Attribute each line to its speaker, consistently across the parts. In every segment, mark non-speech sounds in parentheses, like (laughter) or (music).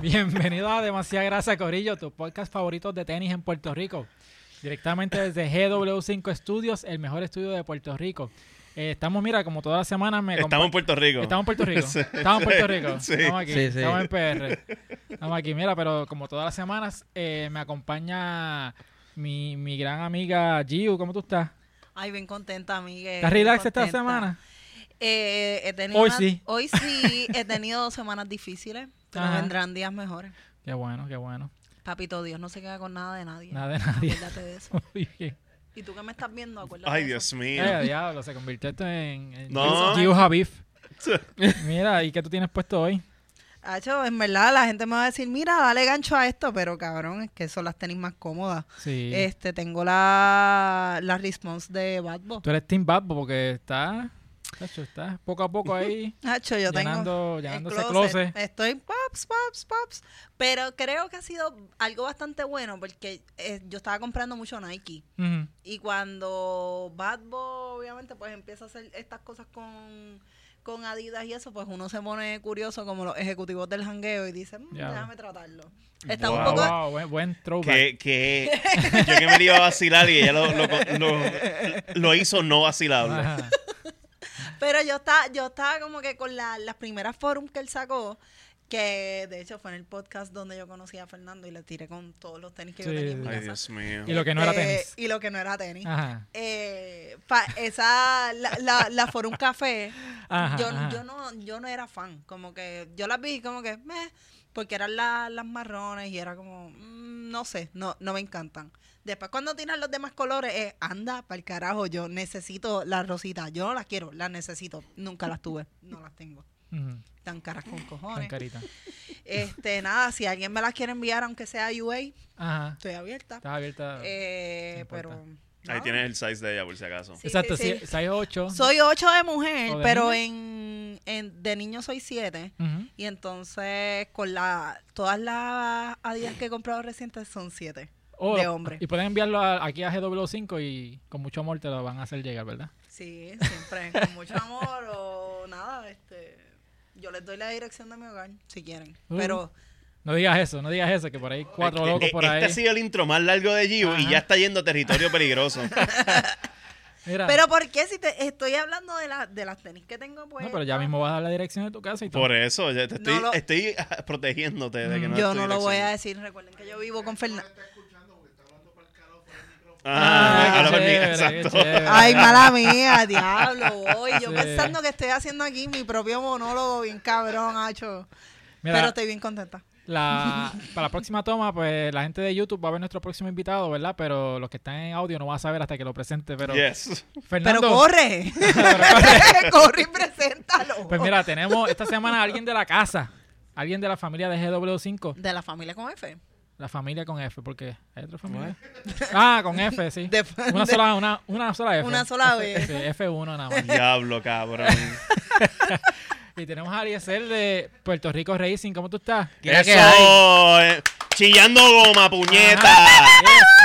Speaker 1: Bienvenido a Demasiada Grasa Corillo, tu podcast favorito de tenis en Puerto Rico. Directamente desde GW5 Studios, el mejor estudio de Puerto Rico. Eh, estamos, mira, como todas las semanas me
Speaker 2: Estamos en
Speaker 1: compa-
Speaker 2: Puerto Rico.
Speaker 1: Estamos en Puerto Rico.
Speaker 2: (laughs) Sí,
Speaker 1: Estamos en Puerto Rico.
Speaker 2: sí.
Speaker 1: Estamos aquí.
Speaker 3: Sí, sí.
Speaker 1: Estamos en PR. Estamos aquí. Mira, pero como todas las semanas eh, me acompaña mi, mi gran amiga Giu. ¿Cómo tú estás?
Speaker 4: Ay, bien contenta, amiga.
Speaker 1: ¿Estás
Speaker 4: bien
Speaker 1: relax esta
Speaker 4: Eh, contenta.
Speaker 1: semana?
Speaker 4: Eh, he tenido
Speaker 1: Hoy
Speaker 4: una-
Speaker 1: sí.
Speaker 4: Hoy sí,
Speaker 1: (laughs)
Speaker 4: he tenido dos semanas difíciles, pero
Speaker 1: Ajá.
Speaker 4: vendrán días mejores.
Speaker 1: Qué bueno, qué bueno. (laughs)
Speaker 4: Papito, Dios no se queda con nada de nadie.
Speaker 1: Nada de nadie.
Speaker 4: Acuérdate
Speaker 1: (laughs)
Speaker 4: de eso.
Speaker 1: Muy bien.
Speaker 4: Y tú que me estás viendo, acuérdate
Speaker 2: Ay,
Speaker 4: de
Speaker 2: Dios
Speaker 4: eso.
Speaker 2: mío.
Speaker 1: Eh, diablo, se convirtió esto en, en
Speaker 2: No.
Speaker 1: Giu Javif. Mira, ¿y qué tú tienes puesto hoy?
Speaker 4: Hacho, en verdad, la gente me va a decir, mira, dale gancho a esto, pero cabrón, es que son las tenis más cómodas.
Speaker 1: Sí.
Speaker 4: Este, tengo la, la response de Bad Boy.
Speaker 1: Tú eres Team Babbo porque está, chacho, está poco a poco ahí
Speaker 4: Hacho, (laughs) yo tengo...
Speaker 1: llenando,
Speaker 4: El
Speaker 1: llenando ese
Speaker 4: closet.
Speaker 1: closet.
Speaker 4: Estoy pops, pops, pops. Pero creo que ha sido algo bastante bueno porque eh, yo estaba comprando mucho Nike.
Speaker 1: Ujú.
Speaker 4: Y cuando Bad Boy, obviamente, pues empieza a hacer estas cosas con, con Adidas y eso, pues uno se pone curioso como los ejecutivos del jangueo y dice, "Mm,
Speaker 1: Ya.
Speaker 4: déjame tratarlo. Está un
Speaker 2: Wow.
Speaker 4: poco...
Speaker 1: Wow, buen, buen throwback.
Speaker 2: Que, que yo que me le iba a vacilar y ella lo, lo, lo- lo hizo no vacilable.
Speaker 1: Ajá.
Speaker 4: Pero yo estaba, yo estaba como que con la- las primeras forum que él sacó, que de hecho fue en el podcast donde yo conocí a Fernando y le tiré con todos los tenis que yo
Speaker 1: Sí,
Speaker 4: tenía en mi
Speaker 2: Ay,
Speaker 4: casa.
Speaker 2: Dios mío.
Speaker 1: Y lo que no era
Speaker 4: Este,
Speaker 1: tenis. Ah.
Speaker 4: Y lo que no era tenis.
Speaker 1: Ajá.
Speaker 4: Eh, pa- esa, la, la, la Forum Café,
Speaker 1: Ajá,
Speaker 4: yo,
Speaker 1: ajá.
Speaker 4: yo no, yo no era fan. Como que yo las vi como que, meh, porque eran la- las marrones y era como, mm, no sé, no, no me encantan. Después cuando tiran los demás colores, es, anda, para el carajo, yo necesito las rositas. Yo no las quiero, las necesito. Nunca las tuve, no las tengo.
Speaker 1: Ujú,
Speaker 4: Tan caras con
Speaker 1: Tan
Speaker 4: cojones.
Speaker 1: carita.
Speaker 4: Este, nada, si alguien me las quiere enviar, aunque sea UA,
Speaker 1: Ajá.
Speaker 4: estoy abierta.
Speaker 1: Estás abierta.
Speaker 4: Eh,
Speaker 1: no
Speaker 4: pero...
Speaker 1: importa.
Speaker 2: Ahí
Speaker 4: nada.
Speaker 2: tienes el size de ella, por si acaso.
Speaker 4: Sí.
Speaker 1: Exacto,
Speaker 4: sí, sí.
Speaker 1: 6'8".
Speaker 4: Soy 8 de
Speaker 1: ¿O
Speaker 4: mujer,
Speaker 1: de
Speaker 4: pero en, en- de niño soy 7.
Speaker 1: Ujú.
Speaker 4: Y entonces con la todas las Adidas que he comprado recientes son 7.
Speaker 1: O-
Speaker 4: de hombre.
Speaker 1: Oh, Y pueden enviarlo a- aquí a GW5 y con mucho amor te lo van a hacer llegar, ¿verdad?
Speaker 4: Sí, siempre con mucho amor o nada, este yo les doy la dirección de mi hogar si quieren,
Speaker 1: Uh.
Speaker 4: pero
Speaker 1: No digas eso, no digas eso, que por ahí cuatro
Speaker 2: Eh, eh,
Speaker 1: locos por ahí.
Speaker 2: Este ha sido el intro más largo de Gio y
Speaker 1: Ajá.
Speaker 2: ya está yendo a
Speaker 1: (laughs)
Speaker 2: territorio peligroso.
Speaker 1: Mira.
Speaker 4: pero ¿por qué si te estoy hablando de las de las tenis que tengo pues?
Speaker 1: no, pero ya mismo vas a dar la dirección de tu casa y todo.
Speaker 2: Por eso, ya te estoy,
Speaker 4: No lo-
Speaker 2: estoy ah, protegiéndote de que no
Speaker 4: yo
Speaker 2: es tu
Speaker 4: no lo voy a
Speaker 2: dirección.
Speaker 4: decir, recuerden que yo vivo con Fernando.
Speaker 1: Eh.
Speaker 2: Ah,
Speaker 1: Ah,
Speaker 2: ahora
Speaker 1: qué
Speaker 2: por mí,
Speaker 1: chévere, qué
Speaker 2: exacto.
Speaker 1: chévere.
Speaker 4: Ay, mala mía, diablo, voy.
Speaker 1: (laughs)
Speaker 4: Yo
Speaker 1: Sí.
Speaker 4: pensando que estoy haciendo aquí mi propio monólogo, bien cabrón, hacho.
Speaker 1: Mira,
Speaker 4: Pero estoy bien contenta.
Speaker 1: La, para la próxima toma, pues la gente de YouTube va a ver nuestro próximo invitado, ¿verdad? Pero los que están en audio no van a saber hasta que lo presente. Pero
Speaker 2: Yes.
Speaker 1: Fernando, pues,
Speaker 4: Pero corre. (laughs) corre y preséntalo.
Speaker 1: pues mira, tenemos esta semana a alguien de la casa, alguien de la familia de GW5,
Speaker 4: de la familia con F.
Speaker 1: la familia con F, porque hay otra familia. Ah, con F, sí.
Speaker 4: De-
Speaker 1: una,
Speaker 4: de-
Speaker 1: sola, una, una sola F.
Speaker 4: Una sola
Speaker 1: F,
Speaker 4: vez.
Speaker 1: F, F1 nada más.
Speaker 2: Diablo, cabrón.
Speaker 1: Y tenemos a Ariel de Puerto Rico Racing. ¿Cómo tú estás?
Speaker 3: ¿Qué es la que
Speaker 2: Eso. eh, Chillando goma, puñeta.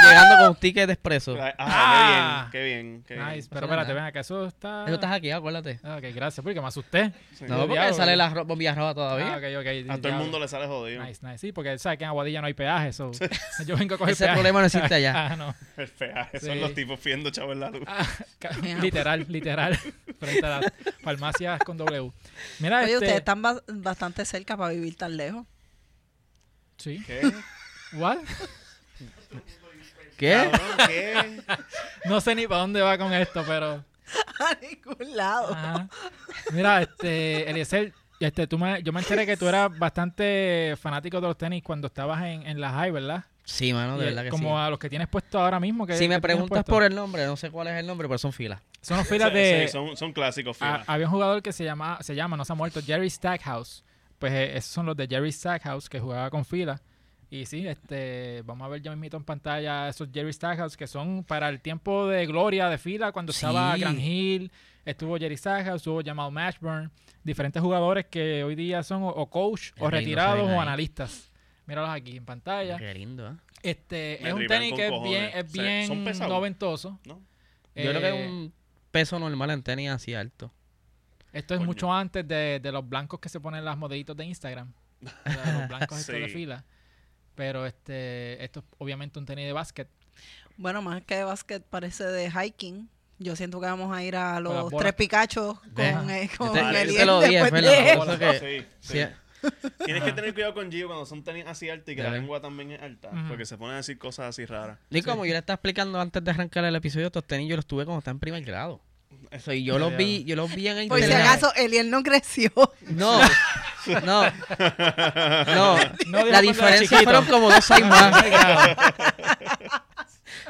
Speaker 3: Llegando con un ticket de expreso.
Speaker 2: Ah,
Speaker 1: Ah.
Speaker 2: qué bien, qué bien. Qué bien.
Speaker 1: Nice, pero
Speaker 3: No pasa
Speaker 1: espérate,
Speaker 3: nada.
Speaker 1: ven acá, eso está...
Speaker 3: Eso estás aquí, acuérdate.
Speaker 1: Ah, Ok, gracias, porque me asusté.
Speaker 3: No, porque
Speaker 1: Diablo.
Speaker 3: sale la ro- bombilla roja
Speaker 1: Ah, ok,
Speaker 3: todavía.
Speaker 1: ok,
Speaker 2: A todo el
Speaker 1: diablo.
Speaker 2: mundo le sale jodido. (laughs)
Speaker 1: Nice, nice. Sí, porque sabes que en Aguadilla no hay peaje, so (laughs) yo vengo a coger
Speaker 3: Ese
Speaker 1: peaje.
Speaker 3: problema no existe allá.
Speaker 1: Ah, no.
Speaker 2: El peaje.
Speaker 1: Sí.
Speaker 2: Son los tipos pidiendo chavo en la luz.
Speaker 1: Ah, ca- literal, literal. (laughs) Frente a las farmacias con W. Mira,
Speaker 4: Oye,
Speaker 1: este...
Speaker 4: ustedes están ba- bastante cerca para vivir tan lejos. (laughs)
Speaker 1: Sí.
Speaker 2: ¿Qué?
Speaker 1: ¿What?
Speaker 3: ¿Qué?
Speaker 2: Cabrón, ¿Qué?
Speaker 1: No sé ni para dónde va con esto, pero...
Speaker 4: A ningún lado.
Speaker 1: Ajá. Mira, este, Eliezer, este, tú me, yo me enteré que tú eras bastante fanático de los tenis cuando estabas en, en la high, ¿verdad?
Speaker 3: Sí, mano, de
Speaker 1: Y,
Speaker 3: verdad que
Speaker 1: como
Speaker 3: sí.
Speaker 1: a los que tienes puesto ahora mismo. Que,
Speaker 3: Si me
Speaker 1: que tienes
Speaker 3: preguntas
Speaker 1: puesto.
Speaker 3: por el nombre, no sé cuál es el nombre, pero son filas.
Speaker 1: Son los filas de...
Speaker 2: Sí, son, son clásicos,
Speaker 1: Ah,
Speaker 2: fila.
Speaker 1: había un jugador que se llama, se llama, no se ha muerto, Jerry Stackhouse. Pues eh, esos son los de Jerry Stackhouse que jugaba con fila. Y sí, este, vamos a ver ya mismito en pantalla esos Jerry Stackhouse que son para el tiempo de gloria de fila cuando
Speaker 3: Sí.
Speaker 1: estaba Gran Hill, estuvo Jerry Stackhouse, estuvo Jamal Mashburn, diferentes jugadores que hoy día son o, o coach
Speaker 3: Qué
Speaker 1: o
Speaker 3: lindo
Speaker 1: retirados
Speaker 3: se ven
Speaker 1: o
Speaker 3: ahí.
Speaker 1: analistas. Míralos aquí en pantalla.
Speaker 3: Qué lindo, ¿eh?
Speaker 1: Este,
Speaker 2: Me
Speaker 1: es un
Speaker 2: tripean
Speaker 1: tenis
Speaker 2: con
Speaker 1: que es
Speaker 2: cojones.
Speaker 1: bien, es
Speaker 2: O sea, son
Speaker 1: bien
Speaker 2: pesados.
Speaker 1: noventoso.
Speaker 2: ¿No?
Speaker 3: Yo creo que
Speaker 1: Eh,
Speaker 3: es un peso normal en tenis así alto.
Speaker 1: Esto es
Speaker 2: Coño.
Speaker 1: mucho antes de, de los blancos que se ponen las modelitos de Instagram. O sea,
Speaker 2: (laughs)
Speaker 1: los blancos estos de
Speaker 2: Sí.
Speaker 1: fila. Pero este, esto es obviamente un tenis de
Speaker 3: (laughs)
Speaker 1: básquet.
Speaker 4: Bueno, más que de básquet parece de hiking. Yo siento que vamos a ir a
Speaker 1: las
Speaker 4: los
Speaker 1: bolas.
Speaker 4: tres Picachos con,
Speaker 3: Deja.
Speaker 4: eh, con
Speaker 3: Yo te- yo te
Speaker 4: Eliel
Speaker 3: lo dije,
Speaker 4: después
Speaker 3: Fernando.
Speaker 4: de-
Speaker 3: Yo creo que-
Speaker 2: Sí, sí.
Speaker 3: Sí,
Speaker 2: Tienes que tener cuidado con Gio cuando son tenis así altos y que la
Speaker 3: Dale.
Speaker 2: lengua también es alta.
Speaker 1: Ujú.
Speaker 2: Porque se ponen a decir cosas así raras.
Speaker 3: Y como yo le estaba explicando antes de arrancar el episodio, estos tenis yo los tuve cuando estaba en primer grado. O sea, y
Speaker 1: Ah,
Speaker 3: yo los vi, yo los vi en el
Speaker 4: Por si
Speaker 3: internet.
Speaker 4: acaso, Eliel no creció.
Speaker 3: No,
Speaker 1: (laughs)
Speaker 3: no, no.
Speaker 1: No digo
Speaker 3: La
Speaker 1: cuando era
Speaker 3: diferencia
Speaker 1: chiquito.
Speaker 3: fueron como dos hay más.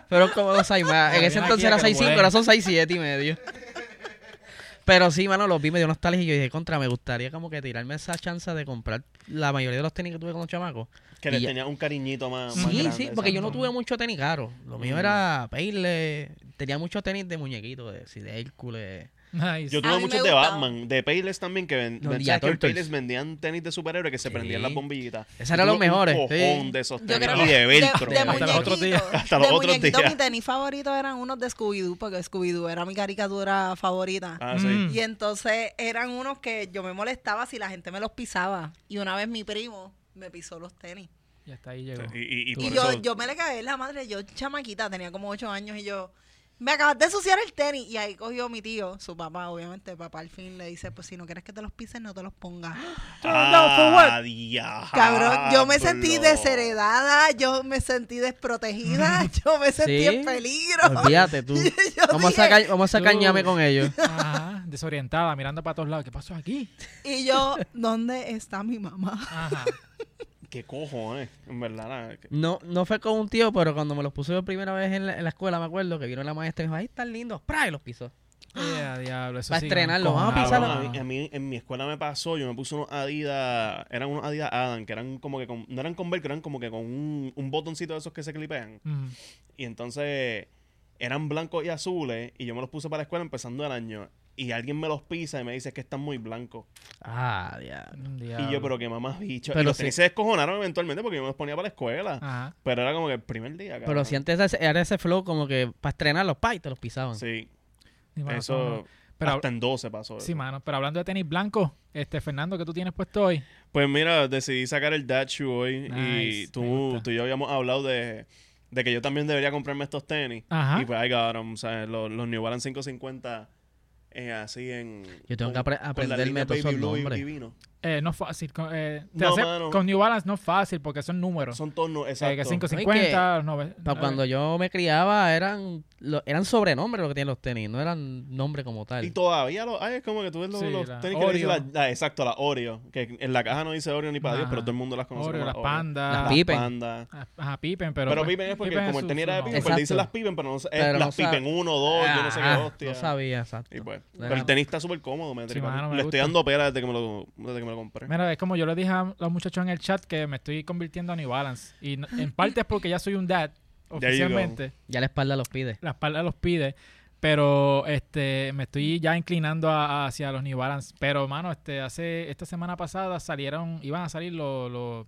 Speaker 3: Fueron como dos hay más. En
Speaker 1: Mira
Speaker 3: ese
Speaker 1: aquí
Speaker 3: entonces
Speaker 1: a
Speaker 3: era
Speaker 1: que
Speaker 3: 6'5,
Speaker 1: mueren.
Speaker 3: ahora son 6'7 y medio. Pero sí, mano, los vi, me dio nostalgia y yo dije, contra, me gustaría como que tirarme esa chance de comprar la mayoría de los tenis que tuve con los chamacos.
Speaker 2: Que
Speaker 3: Y
Speaker 2: les
Speaker 3: ya-
Speaker 2: tenía un cariñito más, más
Speaker 3: Sí,
Speaker 2: grande,
Speaker 3: sí, porque yo no
Speaker 2: exacto.
Speaker 3: tuve mucho tenis caro. Lo mío
Speaker 2: Mm.
Speaker 3: era peirle. Tenía muchos tenis de muñequito, de, sí, de Hércules.
Speaker 1: (laughs) Nice.
Speaker 2: Yo
Speaker 4: A
Speaker 2: tuve
Speaker 4: mí me
Speaker 2: muchos de
Speaker 4: gustaba.
Speaker 2: Batman, de Payless también, que, ven,
Speaker 3: Los
Speaker 2: ven- ¿sabes que en
Speaker 3: Ninja Turtles.
Speaker 2: Payless vendían tenis de superhéroes que se
Speaker 3: Sí.
Speaker 2: prendían las bombillitas.
Speaker 3: Esos eran los
Speaker 2: Tuve un
Speaker 3: mejores,
Speaker 2: cojón
Speaker 3: sí.
Speaker 2: de esos
Speaker 4: Yo
Speaker 2: tenis.
Speaker 4: creo
Speaker 2: Y
Speaker 4: que
Speaker 2: de velcro.
Speaker 4: De, de
Speaker 1: Hasta los otros días.
Speaker 2: (laughs)
Speaker 4: muñequito,
Speaker 2: Hasta los
Speaker 4: de
Speaker 2: otros
Speaker 4: muñequito,
Speaker 2: días.
Speaker 4: Mi tenis favorito eran unos de Scooby-Doo, porque Scooby-Doo era mi caricatura favorita.
Speaker 2: Ah, sí.
Speaker 1: Mm.
Speaker 4: Y entonces eran unos que yo me molestaba si la gente me los pisaba. Y una vez mi primo me pisó los tenis.
Speaker 1: Y hasta ahí llegó.
Speaker 2: Y, y- y
Speaker 1: Y
Speaker 2: por
Speaker 4: Y yo,
Speaker 2: eso,
Speaker 4: yo me le caí en la madre, yo chamaquita, tenía como ocho años y yo, me acabas de ensuciar el tenis. Y ahí cogió mi tío, su papá, obviamente, papá al fin le dice, pues si no quieres que te los pises, no te los pongas.
Speaker 2: Ah, diablo.
Speaker 4: Cabrón, yo me sentí desheredada, yo me sentí desprotegida, yo me
Speaker 3: Sí.
Speaker 4: sentí en peligro.
Speaker 2: (laughs)
Speaker 3: Olvídate tú.
Speaker 4: Yo
Speaker 3: Vamos a,
Speaker 4: dije-
Speaker 3: sacar, vamos a sacar
Speaker 1: Tú.
Speaker 3: ñame con ellos.
Speaker 1: Ajá, desorientada, mirando para todos lados. ¿Qué pasó aquí?
Speaker 4: Y yo, ¿dónde está mi mamá?
Speaker 3: (laughs)
Speaker 1: Ajá.
Speaker 2: Qué cojones, en verdad. nada, que-
Speaker 3: No, no fue con un tío, pero cuando me los puse por primera vez en la, en la escuela, me acuerdo que vino la maestra y me dijo, ay, están lindos, ¡Pra! Y los pisó.
Speaker 1: Yeah, diablo, eso
Speaker 3: Va a
Speaker 1: sí,
Speaker 3: estrenarlo,
Speaker 1: con-
Speaker 3: vamos a
Speaker 1: con-
Speaker 3: pisarlo.
Speaker 2: Cabrón, a mí- a mí en mi escuela me pasó, yo me puse unos Adidas, eran unos Adidas Adam, que eran como que con, no eran con velcro, eran como que con un, un botoncito de esos que se clipean.
Speaker 1: Mm.
Speaker 2: Y entonces eran blancos y azules y yo me los puse para la escuela empezando el año. Y alguien me los pisa y me dice "Es que están muy blancos.
Speaker 3: Ah, diablo.
Speaker 1: Diablo.
Speaker 2: Y yo, pero que mamás bicho.
Speaker 3: Pero
Speaker 2: y los
Speaker 3: sí.
Speaker 2: tenis se descojonaron eventualmente porque yo me los ponía para la escuela.
Speaker 1: Ajá.
Speaker 2: Pero era como que el primer día.
Speaker 3: Pero
Speaker 2: cabrón.
Speaker 3: si antes ese- era ese flow como que para estrenarlos, pa, y te los pisaban.
Speaker 2: Sí,
Speaker 1: Ni modo,
Speaker 2: eso.
Speaker 1: Pero,
Speaker 2: hasta en 12 pasó.
Speaker 1: Sí,
Speaker 2: eso.
Speaker 1: mano. Pero hablando de tenis blanco, este, Fernando, ¿qué tú tienes puesto hoy?
Speaker 2: Pues mira, decidí sacar el Dachu hoy y
Speaker 1: Nice, me
Speaker 2: tú,
Speaker 1: gusta.
Speaker 2: tú y yo habíamos hablado de, de que yo también debería comprarme estos tenis.
Speaker 1: Ajá.
Speaker 2: Y pues, ay, cabrón, o sea, los, los New Balance 550 eh, así en...
Speaker 3: Yo tengo que apre-
Speaker 2: la
Speaker 3: aprenderme
Speaker 2: línea
Speaker 3: todos
Speaker 2: Baby
Speaker 3: esos
Speaker 2: Blue y
Speaker 3: nombres.
Speaker 2: Divino.
Speaker 1: Eh, no es fácil. Con, eh, te
Speaker 2: No,
Speaker 1: hace-
Speaker 2: mano.
Speaker 1: con New Balance no es fácil porque son números.
Speaker 2: Son tonos,
Speaker 1: Eh,
Speaker 2: exacto.
Speaker 1: que 550, 9.
Speaker 2: Ah,
Speaker 3: Para cuando yo me criaba eran lo- eran sobrenombres lo que tienen los tenis, no eran nombre como
Speaker 2: Y
Speaker 3: tal.
Speaker 2: todavía los... Ay, es como que tú ves los,
Speaker 1: Sí,
Speaker 2: los
Speaker 1: la
Speaker 2: tenis que le dicen
Speaker 1: Oreo.
Speaker 2: la, la- Exacto, las Oreo. Que en la caja no dice Oreo ni para Dios,
Speaker 1: Ajá.
Speaker 2: pero todo el mundo las conoce
Speaker 1: Oreo,
Speaker 2: como
Speaker 1: las
Speaker 2: Oreo.
Speaker 1: pandas.
Speaker 3: Las
Speaker 2: Las
Speaker 1: Pipen.
Speaker 3: Pippen.
Speaker 2: pandas.
Speaker 1: Ajá, Pippen, pero. pues,
Speaker 2: Pero,
Speaker 3: pues,
Speaker 2: Pippen es porque
Speaker 1: Pippen su-
Speaker 2: como el tenis
Speaker 1: su
Speaker 2: era de
Speaker 1: nombre.
Speaker 2: Pippen, pues le dicen
Speaker 3: Exacto.
Speaker 2: las Pippen, pero no sé... eh,
Speaker 3: Pero no
Speaker 2: las
Speaker 3: sabe-
Speaker 2: Pippen 1, 2, yo no sé qué
Speaker 3: Ajá,
Speaker 2: hostia.
Speaker 3: Ah, No sabía, exacto.
Speaker 2: Y pues,
Speaker 3: Bueno.
Speaker 2: pero el tenis está súper cómodo, me
Speaker 1: Sí,
Speaker 2: tripa.
Speaker 1: mano, me
Speaker 2: Le
Speaker 1: gusta.
Speaker 2: estoy dando pera desde que me lo, desde que me lo compré.
Speaker 1: Mira, es como yo le dije a los muchachos en el chat que me estoy convirtiendo a New Balance. Y no- en parte es porque ya soy un dad,
Speaker 2: you go.
Speaker 1: oficialmente.
Speaker 3: Ya la espalda los
Speaker 2: Eh,
Speaker 3: pide.
Speaker 1: La espalda los pide. Pero este me estoy ya inclinando a- a- hacia los New Balance. Pero, mano, este, hace, esta semana pasada salieron, iban a salir los. los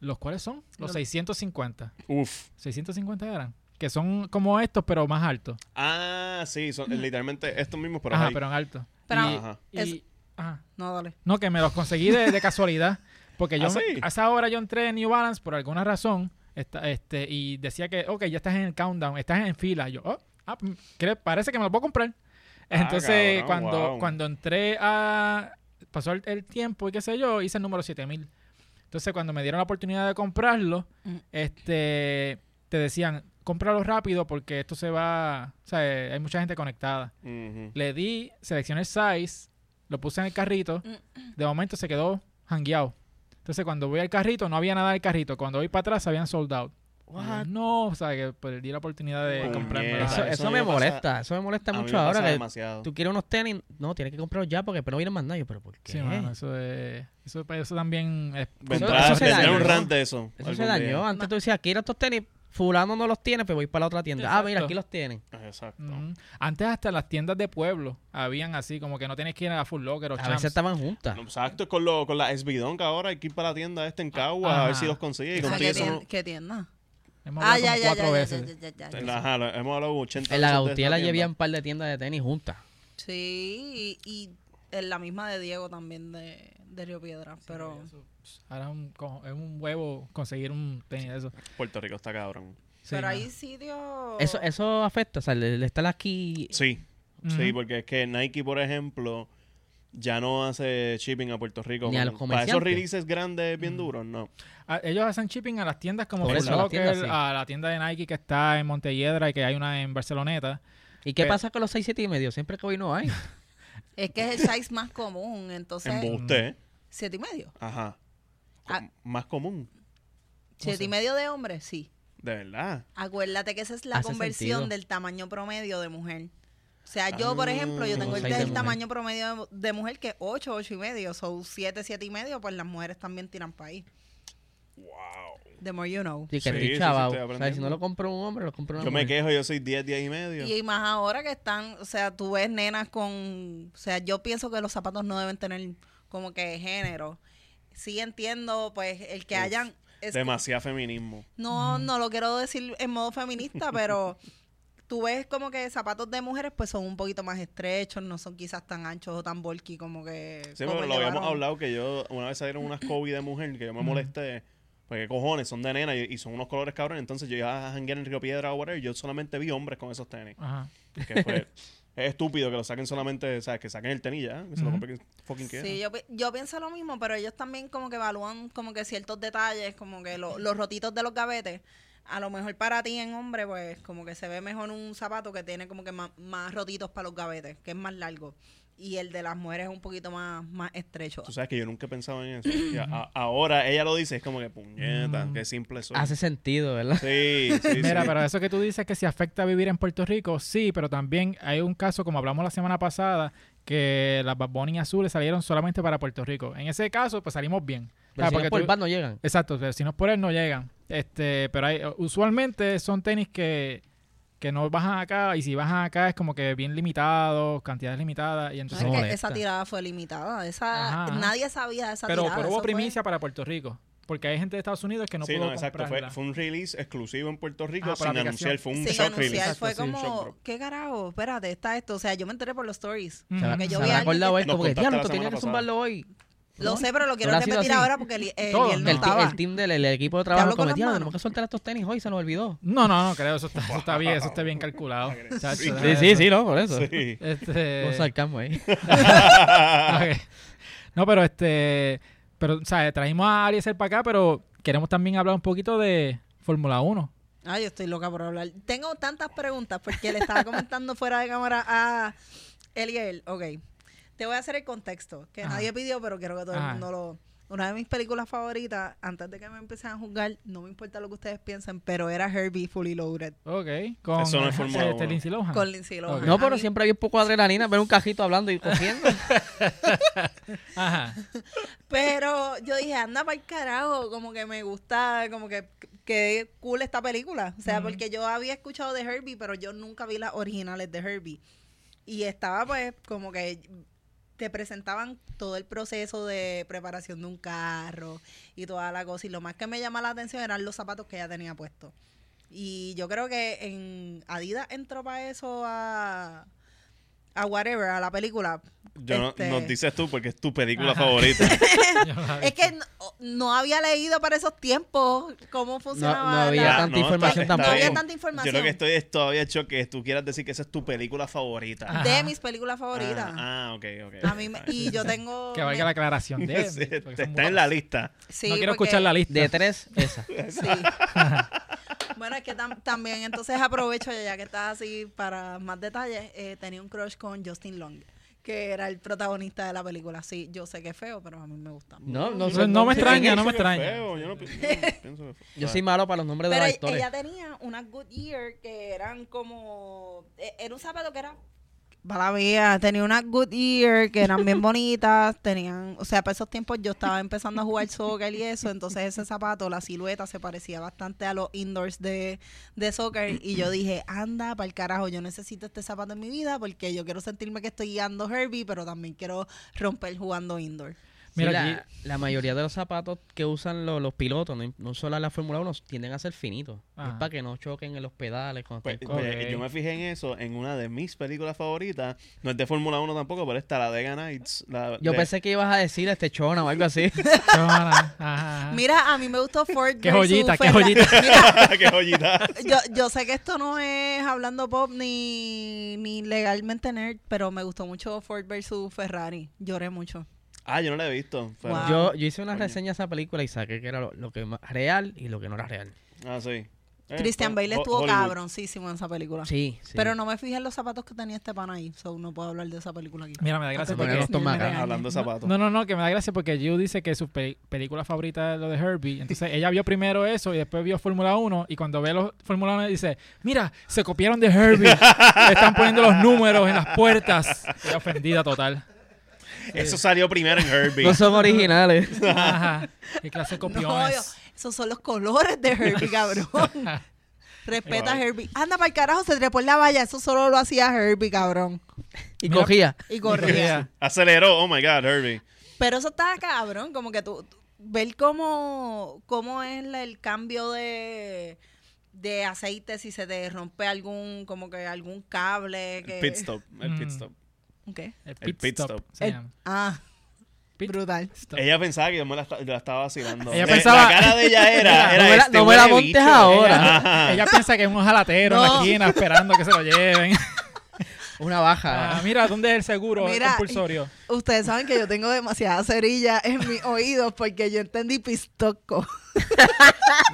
Speaker 1: ¿Los cuáles son? Los
Speaker 4: Los-
Speaker 1: 650.
Speaker 3: (laughs)
Speaker 2: Uf.
Speaker 1: 650 eran. Que son como estos, pero más altos.
Speaker 2: Ah, sí, son eh, literalmente estos mismos, pero
Speaker 1: Ajá,
Speaker 2: hay-
Speaker 1: pero en alto.
Speaker 4: Pero-
Speaker 1: Y-
Speaker 2: Ajá.
Speaker 1: y-
Speaker 4: Es-
Speaker 1: ajá.
Speaker 4: No, dale.
Speaker 1: No, que me los conseguí de, de casualidad.
Speaker 2: (laughs)
Speaker 1: Porque yo
Speaker 2: ¿Ah, sí?
Speaker 1: me- a esa hora yo entré en New Balance por alguna razón. esta- este, y decía que, ok, ya estás en el countdown, estás en fila. Yo, oh, ah, pues, creo- parece que me los puedo comprar.
Speaker 2: Ah,
Speaker 1: Entonces,
Speaker 2: cabrón,
Speaker 1: cuando,
Speaker 2: wow.
Speaker 1: cuando entré a. Pasó el, el tiempo y qué sé yo, hice el número 7000. Entonces, cuando me dieron la oportunidad de comprarlo,
Speaker 4: Mm.
Speaker 1: este te decían, cómpralo rápido porque esto se va. O sea, eh, hay mucha gente conectada.
Speaker 2: Ujú.
Speaker 1: Le di, seleccioné el size, lo puse en el carrito.
Speaker 4: Mm.
Speaker 1: De momento se quedó hangueado. Entonces, cuando voy al carrito, no había nada del carrito. Cuando voy para atrás, habían sold out. Y yo, No, o sea, que perdí la oportunidad de
Speaker 2: Puñeta.
Speaker 1: comprarme
Speaker 2: Eso-
Speaker 3: Eso,
Speaker 2: eso
Speaker 3: eso
Speaker 2: a mí
Speaker 3: me
Speaker 2: me pasa-
Speaker 3: molesta, eso me molesta
Speaker 2: A mí
Speaker 3: mucho
Speaker 2: me
Speaker 3: ahora
Speaker 2: pasa
Speaker 3: que
Speaker 2: demasiado.
Speaker 3: tú quieres unos tenis, no, tienes que comprarlos ya porque pero no vienen más nadie, pero ¿por qué?
Speaker 1: Sí, mano, eso, es- eso, pues, eso también es...
Speaker 2: Vendrá,
Speaker 3: eso se
Speaker 2: vendrá
Speaker 3: dañó.
Speaker 2: un rant de eso.
Speaker 3: Eso se
Speaker 2: algún
Speaker 3: dañó.
Speaker 2: día.
Speaker 3: Antes tú decías, quiero estos tenis, fulano no los tiene, pues voy para la otra tienda. Ah, mira,
Speaker 1: Exacto.
Speaker 3: aquí los tienen.
Speaker 2: Exacto.
Speaker 3: Mm.
Speaker 1: Ujú. Antes hasta las tiendas de pueblo habían así, como que no tienes que ir a Full Locker o
Speaker 3: A veces
Speaker 1: Champs.
Speaker 3: estaban juntas.
Speaker 2: No, Exacto, es con, lo, con la SB que ahora hay que ir para la tienda esta en Cagua a ver
Speaker 1: Ajá.
Speaker 2: si los consigue. Y
Speaker 4: O sea,
Speaker 2: consigue
Speaker 4: ¿qué,
Speaker 2: eso.
Speaker 4: tien-
Speaker 2: no-
Speaker 4: qué tienda?
Speaker 1: Hemos
Speaker 4: Ah,
Speaker 1: hablado
Speaker 4: ya,
Speaker 1: como
Speaker 4: ya,
Speaker 1: cuatro
Speaker 4: ya, ya,
Speaker 1: veces.
Speaker 4: ya, ya, ya, ya.
Speaker 2: Ajá, lo- hemos hablado 80
Speaker 3: En la
Speaker 2: veces de esta
Speaker 3: Gautiela ya
Speaker 2: tienda.
Speaker 3: había un par de tiendas de tenis juntas.
Speaker 4: Sí, y, y en la misma de Diego también de, de Río Piedra. pero
Speaker 1: Ahora es un, co- es un huevo conseguir un tenis de eso.
Speaker 2: Puerto Rico está cabrón.
Speaker 1: Sí,
Speaker 4: pero
Speaker 1: mano.
Speaker 4: hay sitios.
Speaker 3: Eso, eso afecta, o sea, el, el estar aquí.
Speaker 2: Sí,
Speaker 1: Ujú.
Speaker 2: sí, porque es que Nike, por ejemplo, ya no hace shipping a Puerto Rico.
Speaker 3: Ni a los
Speaker 2: Como- Para esos
Speaker 3: comerciantes.
Speaker 2: releases grandes bien duros, no.
Speaker 1: A- Ah, ellos hacen shipping a las tiendas como
Speaker 3: Por
Speaker 1: Foot
Speaker 3: eso, a las
Speaker 1: Locker,
Speaker 3: tiendas, sí.
Speaker 1: a la tienda de Nike que está en Montelledra y que hay una en Barceloneta.
Speaker 3: ¿Y qué
Speaker 1: Pero-
Speaker 3: pasa con los 6, 7 y medio? Siempre que hoy no hay.
Speaker 4: Es que es el size más común, entonces.
Speaker 2: Embuste, ¿eh?
Speaker 4: ¿Siete y medio?
Speaker 2: Ajá.
Speaker 4: Ah.
Speaker 2: Com- Más común,
Speaker 3: Oh,
Speaker 4: ¿Siete y medio de hombre? Sí.
Speaker 2: de verdad.
Speaker 4: Acuérdate que esa es la
Speaker 3: Hace
Speaker 4: conversión
Speaker 3: sentido.
Speaker 4: del tamaño promedio de mujer. O sea, yo, por
Speaker 2: Ah.
Speaker 4: ejemplo, yo tengo el,
Speaker 3: Seis de
Speaker 4: del
Speaker 3: mujer.
Speaker 4: tamaño promedio de, de mujer que es 8, 8 y medio. Son 7, 7 y medio, pues las mujeres también tiran para ahí. Wow. The more you know.
Speaker 3: Sí, que
Speaker 2: Sí, sí, sí,
Speaker 3: estoy
Speaker 2: estoy
Speaker 3: chavao. o sea, si
Speaker 2: aprendiendo.
Speaker 3: no lo compro un hombre, lo compro una
Speaker 2: Yo me
Speaker 3: mujer.
Speaker 2: quejo, yo soy 10, 10 y medio.
Speaker 4: Y más ahora que están, o sea, tú ves nenas con, o sea, yo pienso que los zapatos no deben tener como que género. Sí entiendo, pues, el que
Speaker 2: Uf,
Speaker 4: hayan... es-
Speaker 2: Demasiado feminismo.
Speaker 4: No, no lo quiero decir en modo feminista, (laughs) pero tú ves como que zapatos de mujeres pues son un poquito más estrechos, no son quizás tan anchos o tan bulky como que...
Speaker 2: Sí,
Speaker 4: como
Speaker 2: pero
Speaker 4: el
Speaker 2: lo
Speaker 4: de
Speaker 2: habíamos
Speaker 4: varón.
Speaker 2: hablado que yo, una vez salieron unas Kobe de mujer que yo me molesté. Porque cojones, son de nena y, y son unos colores cabrones. Entonces yo iba a janguear en Río Piedra o whatever. Y yo solamente vi hombres con esos tenis.
Speaker 1: Ajá.
Speaker 2: Que
Speaker 1: (laughs)
Speaker 2: fue, es estúpido que lo saquen solamente, ¿sabes? Que saquen el tenis ya. Que se lo
Speaker 1: Ujú.
Speaker 2: compren quien fucking quiera.
Speaker 4: Sí, yo, pi- yo pienso lo mismo, pero ellos también como que evalúan como que ciertos detalles, como que lo- los rotitos de los gavetes. A lo mejor para ti en hombre, pues como que se ve mejor un zapato que tiene como que ma- más, rotitos para los gavetes, que es más largo. Y el de las mujeres es un poquito más, más estrecho.
Speaker 2: Tú sabes que yo nunca pensaba en eso. Y a- a- ahora ella lo dice, es como que puñeta,
Speaker 1: Mm.
Speaker 2: qué simple soy.
Speaker 3: Hace sentido,
Speaker 2: Ah,
Speaker 3: ¿verdad?
Speaker 2: Sí, sí,
Speaker 1: (laughs) Mira,
Speaker 2: sí.
Speaker 1: pero eso que tú dices que si afecta a vivir en Puerto Rico, sí, pero también hay un caso, como hablamos la semana pasada, que las Bad Bunny azules salieron solamente para Puerto Rico. En ese caso, pues salimos bien.
Speaker 3: Pero
Speaker 1: Ah,
Speaker 3: si no
Speaker 1: porque
Speaker 3: es por
Speaker 1: tú-
Speaker 3: el pan no llegan.
Speaker 1: Exacto, pero si no es por él no llegan. Este, pero hay, usualmente son tenis que, que no bajan acá y si bajan acá es como que bien limitados, cantidades limitadas y
Speaker 4: No,
Speaker 1: entonces
Speaker 4: es que
Speaker 3: molesta.
Speaker 4: esa tirada fue limitada. Esa,
Speaker 1: Ajá, ajá.
Speaker 4: Nadie sabía de esa
Speaker 1: pero,
Speaker 4: tirada.
Speaker 1: pero hubo
Speaker 4: eso fue-
Speaker 1: primicia para Puerto Rico, porque hay gente de Estados Unidos que no
Speaker 2: sí,
Speaker 1: pudo
Speaker 2: no, exacto. Fue,
Speaker 1: comprarla.
Speaker 2: fue un release exclusivo en Puerto Rico
Speaker 1: Ah, por
Speaker 2: sin
Speaker 1: aplicación.
Speaker 2: anunciar. Fue un
Speaker 4: Sin
Speaker 2: shock
Speaker 4: anunciar,
Speaker 2: release.
Speaker 4: fue
Speaker 1: Exacto, sí,
Speaker 2: shock
Speaker 4: como,
Speaker 2: drop.
Speaker 4: ¿qué carajo? Espérate, está esto. O sea, yo me enteré por los stories.
Speaker 1: Ujú.
Speaker 4: Porque
Speaker 3: Se
Speaker 4: yo
Speaker 3: me
Speaker 4: vi
Speaker 3: ha
Speaker 4: a alguien
Speaker 3: acordado
Speaker 4: que-
Speaker 3: esto,
Speaker 2: Nos
Speaker 3: porque
Speaker 2: contaste
Speaker 3: diablo,
Speaker 2: la
Speaker 3: tú tenías
Speaker 2: semana
Speaker 3: que zumbarlo hoy.
Speaker 4: Lo sé, pero lo quiero
Speaker 3: Habrá sido
Speaker 4: repetir
Speaker 3: así.
Speaker 4: ahora porque el, el,
Speaker 1: Todos,
Speaker 4: el no
Speaker 1: ¿no?
Speaker 3: El, ti-
Speaker 4: estaba.
Speaker 3: el team del el equipo de
Speaker 4: hablo
Speaker 3: trabajo
Speaker 4: con las
Speaker 3: cometía,
Speaker 4: manos".
Speaker 3: tenemos que soltar estos tenis hoy, se nos olvidó.
Speaker 1: No, no, no, creo, eso está, eso está bien, eso está bien
Speaker 2: (laughs)
Speaker 1: calculado. Chacho,
Speaker 3: Sí, sí, sí, no, por eso.
Speaker 2: Sí.
Speaker 1: Este,
Speaker 3: Un sarcasmo ahí.
Speaker 2: Ah.
Speaker 1: Ok. No, pero este. Pero, o sea, trajimos a Ariel para acá, pero queremos también hablar un poquito de Fórmula 1.
Speaker 4: Ay, yo estoy loca por hablar. Tengo tantas preguntas porque le estaba comentando fuera de cámara a Eliel. Ok, te voy a hacer el contexto que
Speaker 1: Ajá.
Speaker 4: nadie pidió, pero quiero que todo
Speaker 1: Ajá.
Speaker 4: el mundo lo. Una de mis películas favoritas, antes de que me empiecen a juzgar, no me importa lo que ustedes piensen, pero era Herbie Fully Loaded
Speaker 1: Ok. Con
Speaker 2: Eso no es
Speaker 1: eh,
Speaker 2: Fórmula
Speaker 1: este,
Speaker 2: 1.
Speaker 1: Lindsay Lohan.
Speaker 4: con Lindsay Lohan.
Speaker 1: Ok.
Speaker 3: No,
Speaker 4: A
Speaker 3: pero
Speaker 4: mí-
Speaker 3: siempre había un poco de adrenalina, ver un cajito hablando y cogiendo.
Speaker 1: Ajá.
Speaker 4: Pero yo dije, anda para el carajo, como que me gusta, como que que cool esta película. O sea,
Speaker 1: Ujú.
Speaker 4: porque yo había escuchado de Herbie, pero yo nunca vi las originales de Herbie. Y estaba pues como que te presentaban todo el proceso de preparación de un carro y toda la cosa. Y lo más que me llamaba la atención eran los zapatos que ella tenía puestos. Y yo creo que en Adidas entró para eso a, a whatever, a la película.
Speaker 2: Yo no-
Speaker 4: Este-
Speaker 2: Nos dices tú porque es tu película
Speaker 1: Ajá.
Speaker 4: (laughs)
Speaker 2: favorita.
Speaker 1: Yo la vi.
Speaker 4: Es que no, no había leído para esos tiempos cómo
Speaker 3: No,
Speaker 4: funcionaba.
Speaker 3: no había
Speaker 4: la-
Speaker 2: Ah,
Speaker 3: tanta
Speaker 2: no,
Speaker 3: información
Speaker 2: está- está
Speaker 4: no había
Speaker 2: bien.
Speaker 3: tampoco.
Speaker 4: tanta
Speaker 2: Yo
Speaker 4: información
Speaker 2: lo que estoy es todavía hecho que tú quieras decir que esa es tu película favorita.
Speaker 1: Ah,
Speaker 4: de
Speaker 1: Ajá.
Speaker 4: mis películas favoritas.
Speaker 2: Ah, ah, ok, ok.
Speaker 4: A mí me-
Speaker 2: Está bien.
Speaker 4: y yo tengo.
Speaker 1: (laughs) Que valga la aclaración de
Speaker 2: (laughs) Sí,
Speaker 1: porque son
Speaker 2: Está
Speaker 1: buenas.
Speaker 2: en la lista.
Speaker 4: Sí,
Speaker 1: no quiero
Speaker 4: porque-
Speaker 1: escuchar la lista.
Speaker 3: De tres, esa.
Speaker 4: Sí. bueno, es que tam- también entonces aprovecho ya que estás así para más detalles. eh, tenía un crush con Justin Long, que era el protagonista de la película. Sí, yo sé que es feo, pero a mí me gusta.
Speaker 3: No, no,
Speaker 1: No, no me
Speaker 3: sé
Speaker 1: extraña,
Speaker 3: quién es.
Speaker 1: no me
Speaker 2: Pienso que es
Speaker 1: extraña.
Speaker 2: feo, Yo no
Speaker 4: (laughs)
Speaker 2: pi- yo no pienso que es feo.
Speaker 3: Yo soy malo para los nombres de
Speaker 4: Pero
Speaker 3: los
Speaker 4: ella,
Speaker 3: actores.
Speaker 4: tenía unas Goodyear que eran como. e- Era un zapato que era. Para mía, tenía unas Goodyear que
Speaker 1: (laughs)
Speaker 4: eran bien bonitas. Tenían. O sea, para esos tiempos yo estaba empezando a jugar soccer y eso. Entonces ese zapato, la silueta, se parecía bastante a los indoors de, de soccer. Y yo dije, anda, para el carajo, yo necesito este zapato en mi vida porque yo quiero sentirme que estoy guiando Herbie, pero también quiero romper jugando indoor.
Speaker 1: Mira,
Speaker 3: Sí, la,
Speaker 1: aquí-
Speaker 3: la mayoría de los zapatos que usan lo- los pilotos, no, no solo la Fórmula 1, tienden a ser finitos.
Speaker 1: Ajá.
Speaker 3: Es para que no choquen en los pedales. Cuando
Speaker 2: Pues,
Speaker 3: estén
Speaker 1: Ok.
Speaker 2: pues, yo me fijé en eso en una de mis películas favoritas. No es de Fórmula 1 tampoco, pero está la de Nights. La,
Speaker 3: co- yo
Speaker 2: de-
Speaker 3: pensé que ibas a decir este chona o algo así.
Speaker 1: Chona, ajá, ajá.
Speaker 4: Mira, a mí me gustó Ford.
Speaker 1: Ah. Qué
Speaker 4: versus
Speaker 1: joyita, qué
Speaker 4: Ferrari.
Speaker 1: joyita.
Speaker 4: Mira,
Speaker 2: (laughs) ¡Qué joyita!
Speaker 4: yo, yo sé que esto no es hablando pop ni, ni legalmente nerd, pero me gustó mucho Ford versus Ferrari. Lloré mucho.
Speaker 2: Ah, yo no la he visto. pero-
Speaker 4: Wow.
Speaker 3: yo, yo hice una
Speaker 2: Ah. Coño.
Speaker 3: reseña a esa película y saqué que era lo, lo que era real y lo que no era real.
Speaker 2: Ah, sí. Eh,
Speaker 4: Christian
Speaker 2: Ho-
Speaker 4: Bale
Speaker 2: Ho-
Speaker 4: estuvo
Speaker 2: Hollywood.
Speaker 4: cabroncísimo en esa película.
Speaker 3: Sí, sí.
Speaker 4: Ah. Pero no me fijé en los zapatos que tenía este pan ahí, so no puedo hablar de esa película aquí.
Speaker 1: Mira, me da gracia
Speaker 4: Antes
Speaker 3: Bueno,
Speaker 1: porque...
Speaker 4: de
Speaker 3: los
Speaker 4: que me
Speaker 3: tomacas.
Speaker 4: regañen.
Speaker 2: Ah, Hablando de zapatos.
Speaker 1: No, no, no, que me da gracia porque Jill dice que su pe- película favorita es lo de Herbie. Entonces ella vio primero eso y después vio Fórmula 1 y cuando ve los Fórmula 1 dice, mira, se copiaron de
Speaker 2: (laughs)
Speaker 1: Herbie. Le están poniendo los números en las puertas. Qué ofendida total.
Speaker 2: Eso salió primero en Herbie.
Speaker 3: eh, No son originales.
Speaker 1: (laughs) Ajá. Qué clase de
Speaker 4: No, yo-
Speaker 1: copiones.
Speaker 4: esos son los colores de Herbie, cabrón. Respeta a
Speaker 2: Wow.
Speaker 4: Herbie. Anda para el carajo, se trepó en la valla. Eso solo lo hacía Herbie, cabrón.
Speaker 3: Y
Speaker 1: Mira-
Speaker 3: cogía.
Speaker 4: Y corría.
Speaker 2: Aceleró. Oh my God, Herbie.
Speaker 4: Pero eso está cabrón, como que tú, tú- ver cómo, cómo es la- el cambio de, de aceite, si se te rompe algún, como que algún cable. Que...
Speaker 2: El pit stop. El pit
Speaker 1: Mm.
Speaker 2: stop.
Speaker 4: ¿Qué?
Speaker 2: El pit stop.
Speaker 1: se
Speaker 4: El-
Speaker 1: llama.
Speaker 4: Ah,
Speaker 1: Pit
Speaker 4: brutal.
Speaker 1: stop.
Speaker 2: Ella pensaba que yo me la, esta- yo la estaba vacilando.
Speaker 1: Ella
Speaker 2: Le-
Speaker 1: pensaba-
Speaker 2: La cara de ella
Speaker 3: (laughs) No
Speaker 2: era. era
Speaker 3: me la-
Speaker 2: este
Speaker 3: no me la
Speaker 2: huele
Speaker 3: montes
Speaker 2: bicho. (laughs)
Speaker 3: ahora.
Speaker 2: Ajá.
Speaker 1: Ella, ella piensa que es un jalatero en la
Speaker 4: No.
Speaker 1: esquina esperando que se lo lleven.
Speaker 2: (laughs)
Speaker 3: Una baja.
Speaker 1: Ah, mira, ¿dónde es el seguro el
Speaker 4: Mira,
Speaker 2: (laughs)
Speaker 1: compulsorio?
Speaker 4: Ustedes saben que yo tengo demasiada cerilla
Speaker 1: (laughs)
Speaker 4: en mis oídos porque yo entendí pistoco.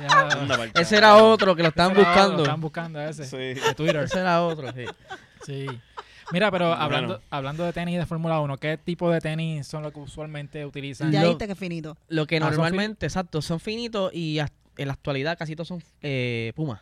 Speaker 1: Ya.
Speaker 2: Anda pa'l
Speaker 3: Ese era
Speaker 2: carajo.
Speaker 3: otro que lo estaban
Speaker 1: Ese era otro,
Speaker 3: buscando.
Speaker 1: Lo están buscando a ese.
Speaker 2: Sí.
Speaker 1: De Twitter.
Speaker 3: Ese era otro, sí.
Speaker 1: Sí. Mira, pero
Speaker 2: Bueno.
Speaker 1: hablando, hablando de tenis de Fórmula 1, ¿qué tipo de tenis son los que usualmente utilizan?
Speaker 4: Ya
Speaker 3: Lo-
Speaker 4: viste que finito.
Speaker 3: Lo que
Speaker 1: Ah, son
Speaker 3: normalmente, exacto, son finitos y hasta- en la actualidad casi todos son eh, pumas.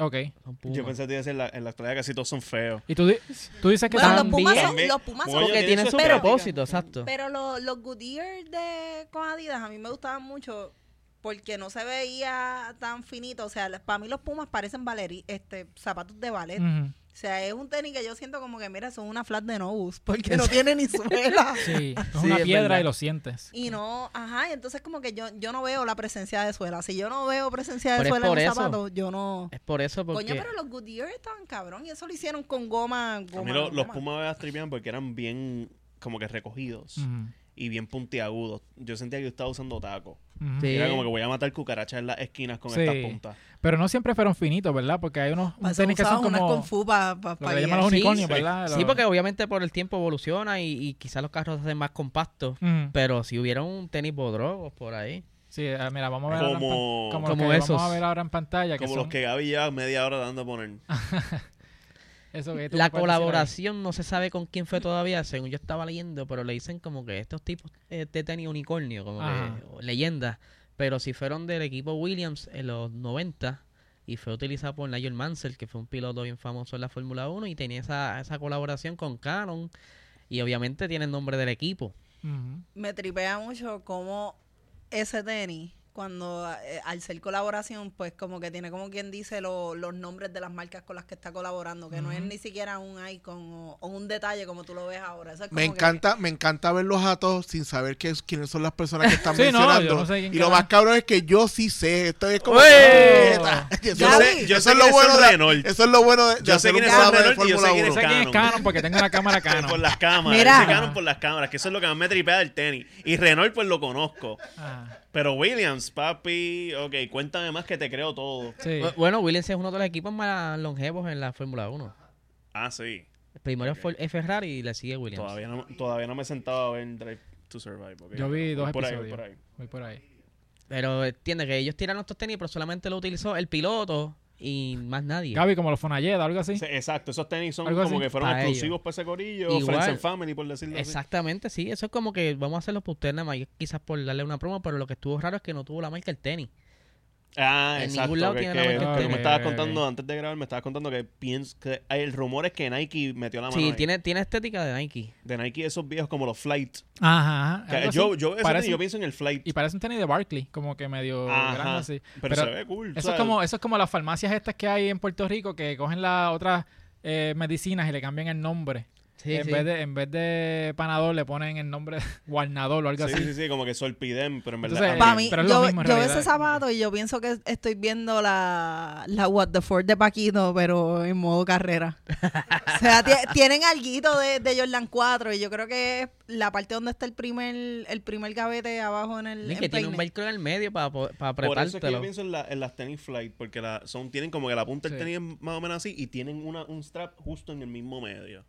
Speaker 1: Ok.
Speaker 3: Son pumas.
Speaker 2: Yo pensé que te iba a decir, la- en la actualidad casi todos son feos.
Speaker 1: Y tú, di- tú dices que
Speaker 4: Bueno, los
Speaker 1: son-
Speaker 4: Pumas son,
Speaker 2: También-
Speaker 4: los Pumas son
Speaker 2: Oye,
Speaker 3: Porque
Speaker 2: tiene
Speaker 3: tienen
Speaker 2: su
Speaker 3: su
Speaker 2: práctica.
Speaker 3: propósito, exacto.
Speaker 4: Pero lo- los Goodyear de, con Adidas a mí me gustaban mucho porque no se veía tan finito. O sea, para mí los Pumas parecen valeri- este, zapatos de ballet.
Speaker 1: Ujú.
Speaker 4: O sea, es un tenis que yo siento como que, mira, son una flat de no bus porque no tiene
Speaker 1: (laughs)
Speaker 4: ni suela.
Speaker 1: Sí, es
Speaker 3: (laughs) Sí,
Speaker 1: una
Speaker 3: es
Speaker 1: piedra
Speaker 3: verdad.
Speaker 1: y lo sientes.
Speaker 4: Y no, ajá, y entonces como que yo, yo no veo la presencia de suela. Si yo no veo presencia de
Speaker 3: Pero es
Speaker 4: suela en
Speaker 3: por
Speaker 4: un
Speaker 3: eso.
Speaker 4: zapato, yo no...
Speaker 3: Es por eso, porque...
Speaker 4: Coño, pero los Goodyear estaban cabrón y eso lo hicieron con goma,
Speaker 2: A
Speaker 4: goma,
Speaker 2: mí lo- los
Speaker 4: goma.
Speaker 2: Pumas me astripeaban porque eran bien como que recogidos
Speaker 1: Ujú.
Speaker 2: y bien puntiagudos. Yo sentía que yo estaba usando taco.
Speaker 1: Ujú.
Speaker 3: Sí.
Speaker 2: Era como que voy a matar cucarachas en las esquinas con
Speaker 1: Sí.
Speaker 2: estas puntas.
Speaker 1: Pero no siempre fueron finitos, ¿verdad? Porque hay unos
Speaker 4: Para
Speaker 3: Pues,
Speaker 1: unos
Speaker 4: eso
Speaker 1: tenis que son
Speaker 4: usaban unas
Speaker 1: como
Speaker 4: Kung Fu pa- pa-
Speaker 1: lo
Speaker 4: pa
Speaker 1: que le
Speaker 4: guiar.
Speaker 1: llaman los
Speaker 3: Sí,
Speaker 1: unicornios,
Speaker 2: sí.
Speaker 1: ¿verdad?
Speaker 3: Sí,
Speaker 1: Los-
Speaker 3: porque obviamente por el tiempo evoluciona y, y quizás los carros se hacen más compactos.
Speaker 1: Ujú.
Speaker 3: Pero si hubiera un tenis bodrogos por ahí.
Speaker 1: Sí, ah, mira, vamos a ver ahora en
Speaker 2: Como-
Speaker 1: pan- como,
Speaker 3: Como
Speaker 1: los que
Speaker 3: esos.
Speaker 1: vamos a ver ahora en pantalla. Que
Speaker 2: Como
Speaker 1: son Ah.
Speaker 2: los que Gaby lleva media hora dando a poner.
Speaker 1: eso que tú puedes decir
Speaker 3: La
Speaker 1: ahí.
Speaker 3: colaboración no se sabe con quién fue todavía, según yo estaba leyendo, pero le dicen como que estos tipos eh, de tenis unicornio, como
Speaker 1: Ajá.
Speaker 3: que o leyendas. Pero si fueron del equipo Williams en los 90 y fue utilizado por Nigel Mansell, que fue un piloto bien famoso en la Fórmula 1 y tenía esa, esa colaboración con Canon y obviamente tiene el nombre del equipo.
Speaker 1: Ujú.
Speaker 4: me tripea mucho como ese tenis, cuando eh, al ser colaboración, pues como que tiene como quien dice lo- los nombres de las marcas con las que está colaborando, que no es
Speaker 1: Ujú.
Speaker 4: ni siquiera un icon o, o un detalle como tú lo ves ahora. Eso es
Speaker 5: Me
Speaker 4: como que-
Speaker 5: encanta, me encanta verlos a todos sin saber qué es- quiénes son las personas que están
Speaker 1: (laughs) Sí, no,
Speaker 5: mencionando.
Speaker 1: yo no sé quién
Speaker 5: y lo
Speaker 1: carajo.
Speaker 5: más cabrón es que yo sí sé. Esto es como.
Speaker 1: ¡Uey!
Speaker 5: ¡Puñeta! (laughs) Eso
Speaker 4: Yo
Speaker 5: es-
Speaker 4: sé-
Speaker 2: yo
Speaker 5: eso
Speaker 2: sé
Speaker 5: es
Speaker 2: quiénes
Speaker 5: lo
Speaker 2: son
Speaker 5: bueno de-
Speaker 2: Renault.
Speaker 5: Eso es lo bueno de, de
Speaker 2: Yo sé
Speaker 5: hacer un
Speaker 2: quiénes son
Speaker 5: programa de
Speaker 2: Renault y yo sé
Speaker 5: Fórmula
Speaker 2: quiénes
Speaker 1: Sé
Speaker 5: 1.
Speaker 1: quién es
Speaker 2: Canon.
Speaker 1: Canon porque tengo una cámara Canon.
Speaker 2: (laughs) Por las cámaras.
Speaker 4: Mira.
Speaker 2: Yo sé Canon por las cámaras, que eso es lo que más me tripea del tenis. Y Renault pues lo conozco.
Speaker 1: Ah,
Speaker 2: Pero Williams, papi, ok, cuéntame más que te creo todo.
Speaker 1: sí.
Speaker 3: Bu- Bueno, Williams es uno de los equipos más longevos en la Fórmula 1.
Speaker 2: Ah, sí.
Speaker 3: Primero fue el Ferrari y le sigue Williams.
Speaker 2: Todavía no, todavía no me he sentado a ver Drive to Survive. ok.
Speaker 1: Yo vi dos
Speaker 2: Voy por ahí,
Speaker 1: episodios.
Speaker 2: voy por ahí.
Speaker 1: Voy por ahí.
Speaker 3: Pero eh, entiende que ellos tiraron estos tenis, pero solamente lo utilizó el piloto y más nadie.
Speaker 1: Gaby, como los Fonalleda, algo así.
Speaker 2: Sí, Exacto, esos tenis son
Speaker 1: Algo
Speaker 2: como
Speaker 1: así.
Speaker 2: que fueron
Speaker 3: Pa' ellos.
Speaker 2: exclusivos para ese corillo,
Speaker 3: Igual.
Speaker 2: Friends and Family, por decirlo así.
Speaker 3: Exactamente, sí. Eso es como que vamos a hacerlo para usted nada más, y quizás por darle una promo, pero lo que estuvo raro es que no tuvo la marca el tenis.
Speaker 2: Ah,
Speaker 3: En
Speaker 2: exacto.
Speaker 3: ningún lado
Speaker 2: que,
Speaker 3: tiene
Speaker 2: que
Speaker 3: la marca
Speaker 2: tú
Speaker 1: externa.
Speaker 2: me estabas
Speaker 1: Ok,
Speaker 2: contando,
Speaker 1: ok.
Speaker 2: antes de grabar, me estabas contando que pienso que hay- el rumor es que Nike metió la mano
Speaker 3: Sí,
Speaker 2: ahí.
Speaker 3: tiene, tiene estética de Nike.
Speaker 2: de Nike esos viejos como los Flight.
Speaker 1: Ajá. ajá,
Speaker 2: Que
Speaker 1: algo
Speaker 2: yo,
Speaker 1: así.
Speaker 2: yo, ese
Speaker 1: Parece-
Speaker 2: tenis, yo pienso en el Flight.
Speaker 1: Y parece un tenis de Barclay, como que medio
Speaker 2: Ajá,
Speaker 1: grande así.
Speaker 2: pero,
Speaker 1: Pero
Speaker 2: se ve cool.
Speaker 1: Eso es,
Speaker 2: ¿sabes?
Speaker 1: como, eso es como las farmacias estas que hay en Puerto Rico que cogen las otras eh, medicinas y le cambian el nombre.
Speaker 3: Sí,
Speaker 1: en,
Speaker 3: sí.
Speaker 1: Vez de, en vez de Panadol le ponen el nombre (laughs) Guarnadol o algo
Speaker 2: Sí,
Speaker 1: así.
Speaker 2: sí, sí, como que solpidem, pero en verdad.
Speaker 1: Entonces,
Speaker 2: ah,
Speaker 4: Para
Speaker 1: Pa'
Speaker 2: ok.
Speaker 4: mí,
Speaker 1: pero es lo
Speaker 4: yo,
Speaker 1: mismo en
Speaker 4: yo veo
Speaker 1: realidad.
Speaker 4: ese sábado y yo pienso que estoy viendo la, la What the Ford de Paquito, pero en modo carrera. o sea, tie-
Speaker 1: (laughs)
Speaker 4: tienen alguito de, de Jordan 4 y yo creo que es la parte donde está el primer el primer gavete abajo en el
Speaker 3: Ni que
Speaker 4: en
Speaker 3: tiene un
Speaker 4: peine.
Speaker 3: velcro en el medio para para
Speaker 2: Por eso es que yo
Speaker 3: apretártelo.
Speaker 2: pienso en, la- en las tenis flight, porque la, son, tienen como que la punta del
Speaker 1: Sí.
Speaker 2: tenis es más o menos así y tienen una, un strap justo en el mismo medio.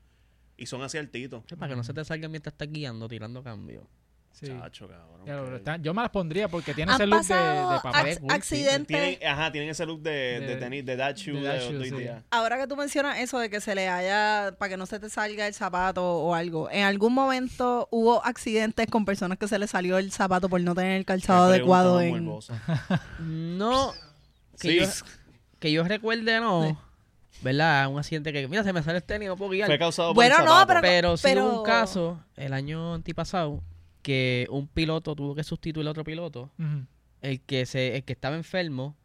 Speaker 2: Y son así altitos.
Speaker 3: Sí, Para que no se te salga mientras estás guiando, tirando cambio.
Speaker 1: Sí.
Speaker 2: Chacho, cabrón.
Speaker 1: Ya lo-
Speaker 2: qué-
Speaker 1: pero está- yo me las pondría porque tiene ese
Speaker 4: Han
Speaker 1: look de,
Speaker 4: pasado
Speaker 1: de papel.
Speaker 3: ac-
Speaker 4: ac-
Speaker 3: Cool, sí.
Speaker 4: accidentes.
Speaker 2: Tienen, ajá, tienen ese look de, de,
Speaker 1: De-
Speaker 2: tenis, de that shoe
Speaker 1: de
Speaker 2: de,
Speaker 1: that shoe,
Speaker 2: hoy
Speaker 1: sí.
Speaker 2: día.
Speaker 4: Ahora que tú mencionas eso de que se le haya, para que no se te salga el zapato o algo, ¿en algún momento hubo accidentes con personas que se les salió el zapato por no tener el calzado
Speaker 2: Qué
Speaker 4: adecuado
Speaker 2: pregunta más
Speaker 4: en... (laughs)
Speaker 2: morbosa.
Speaker 3: No, que,
Speaker 2: Sí,
Speaker 3: yo, que yo recuerde, no. ¿Verdad? Un accidente que, mira, se me sale el tenis, no puedo
Speaker 2: (laughs)
Speaker 3: guiar.
Speaker 2: fue causado
Speaker 4: Bueno,
Speaker 2: por el
Speaker 4: no,
Speaker 2: zapato.
Speaker 4: pero-
Speaker 3: Pero sí hubo un caso el año antipasado que un piloto tuvo que sustituir a otro piloto.
Speaker 1: Ujú.
Speaker 3: El que se, el que estaba enfermo,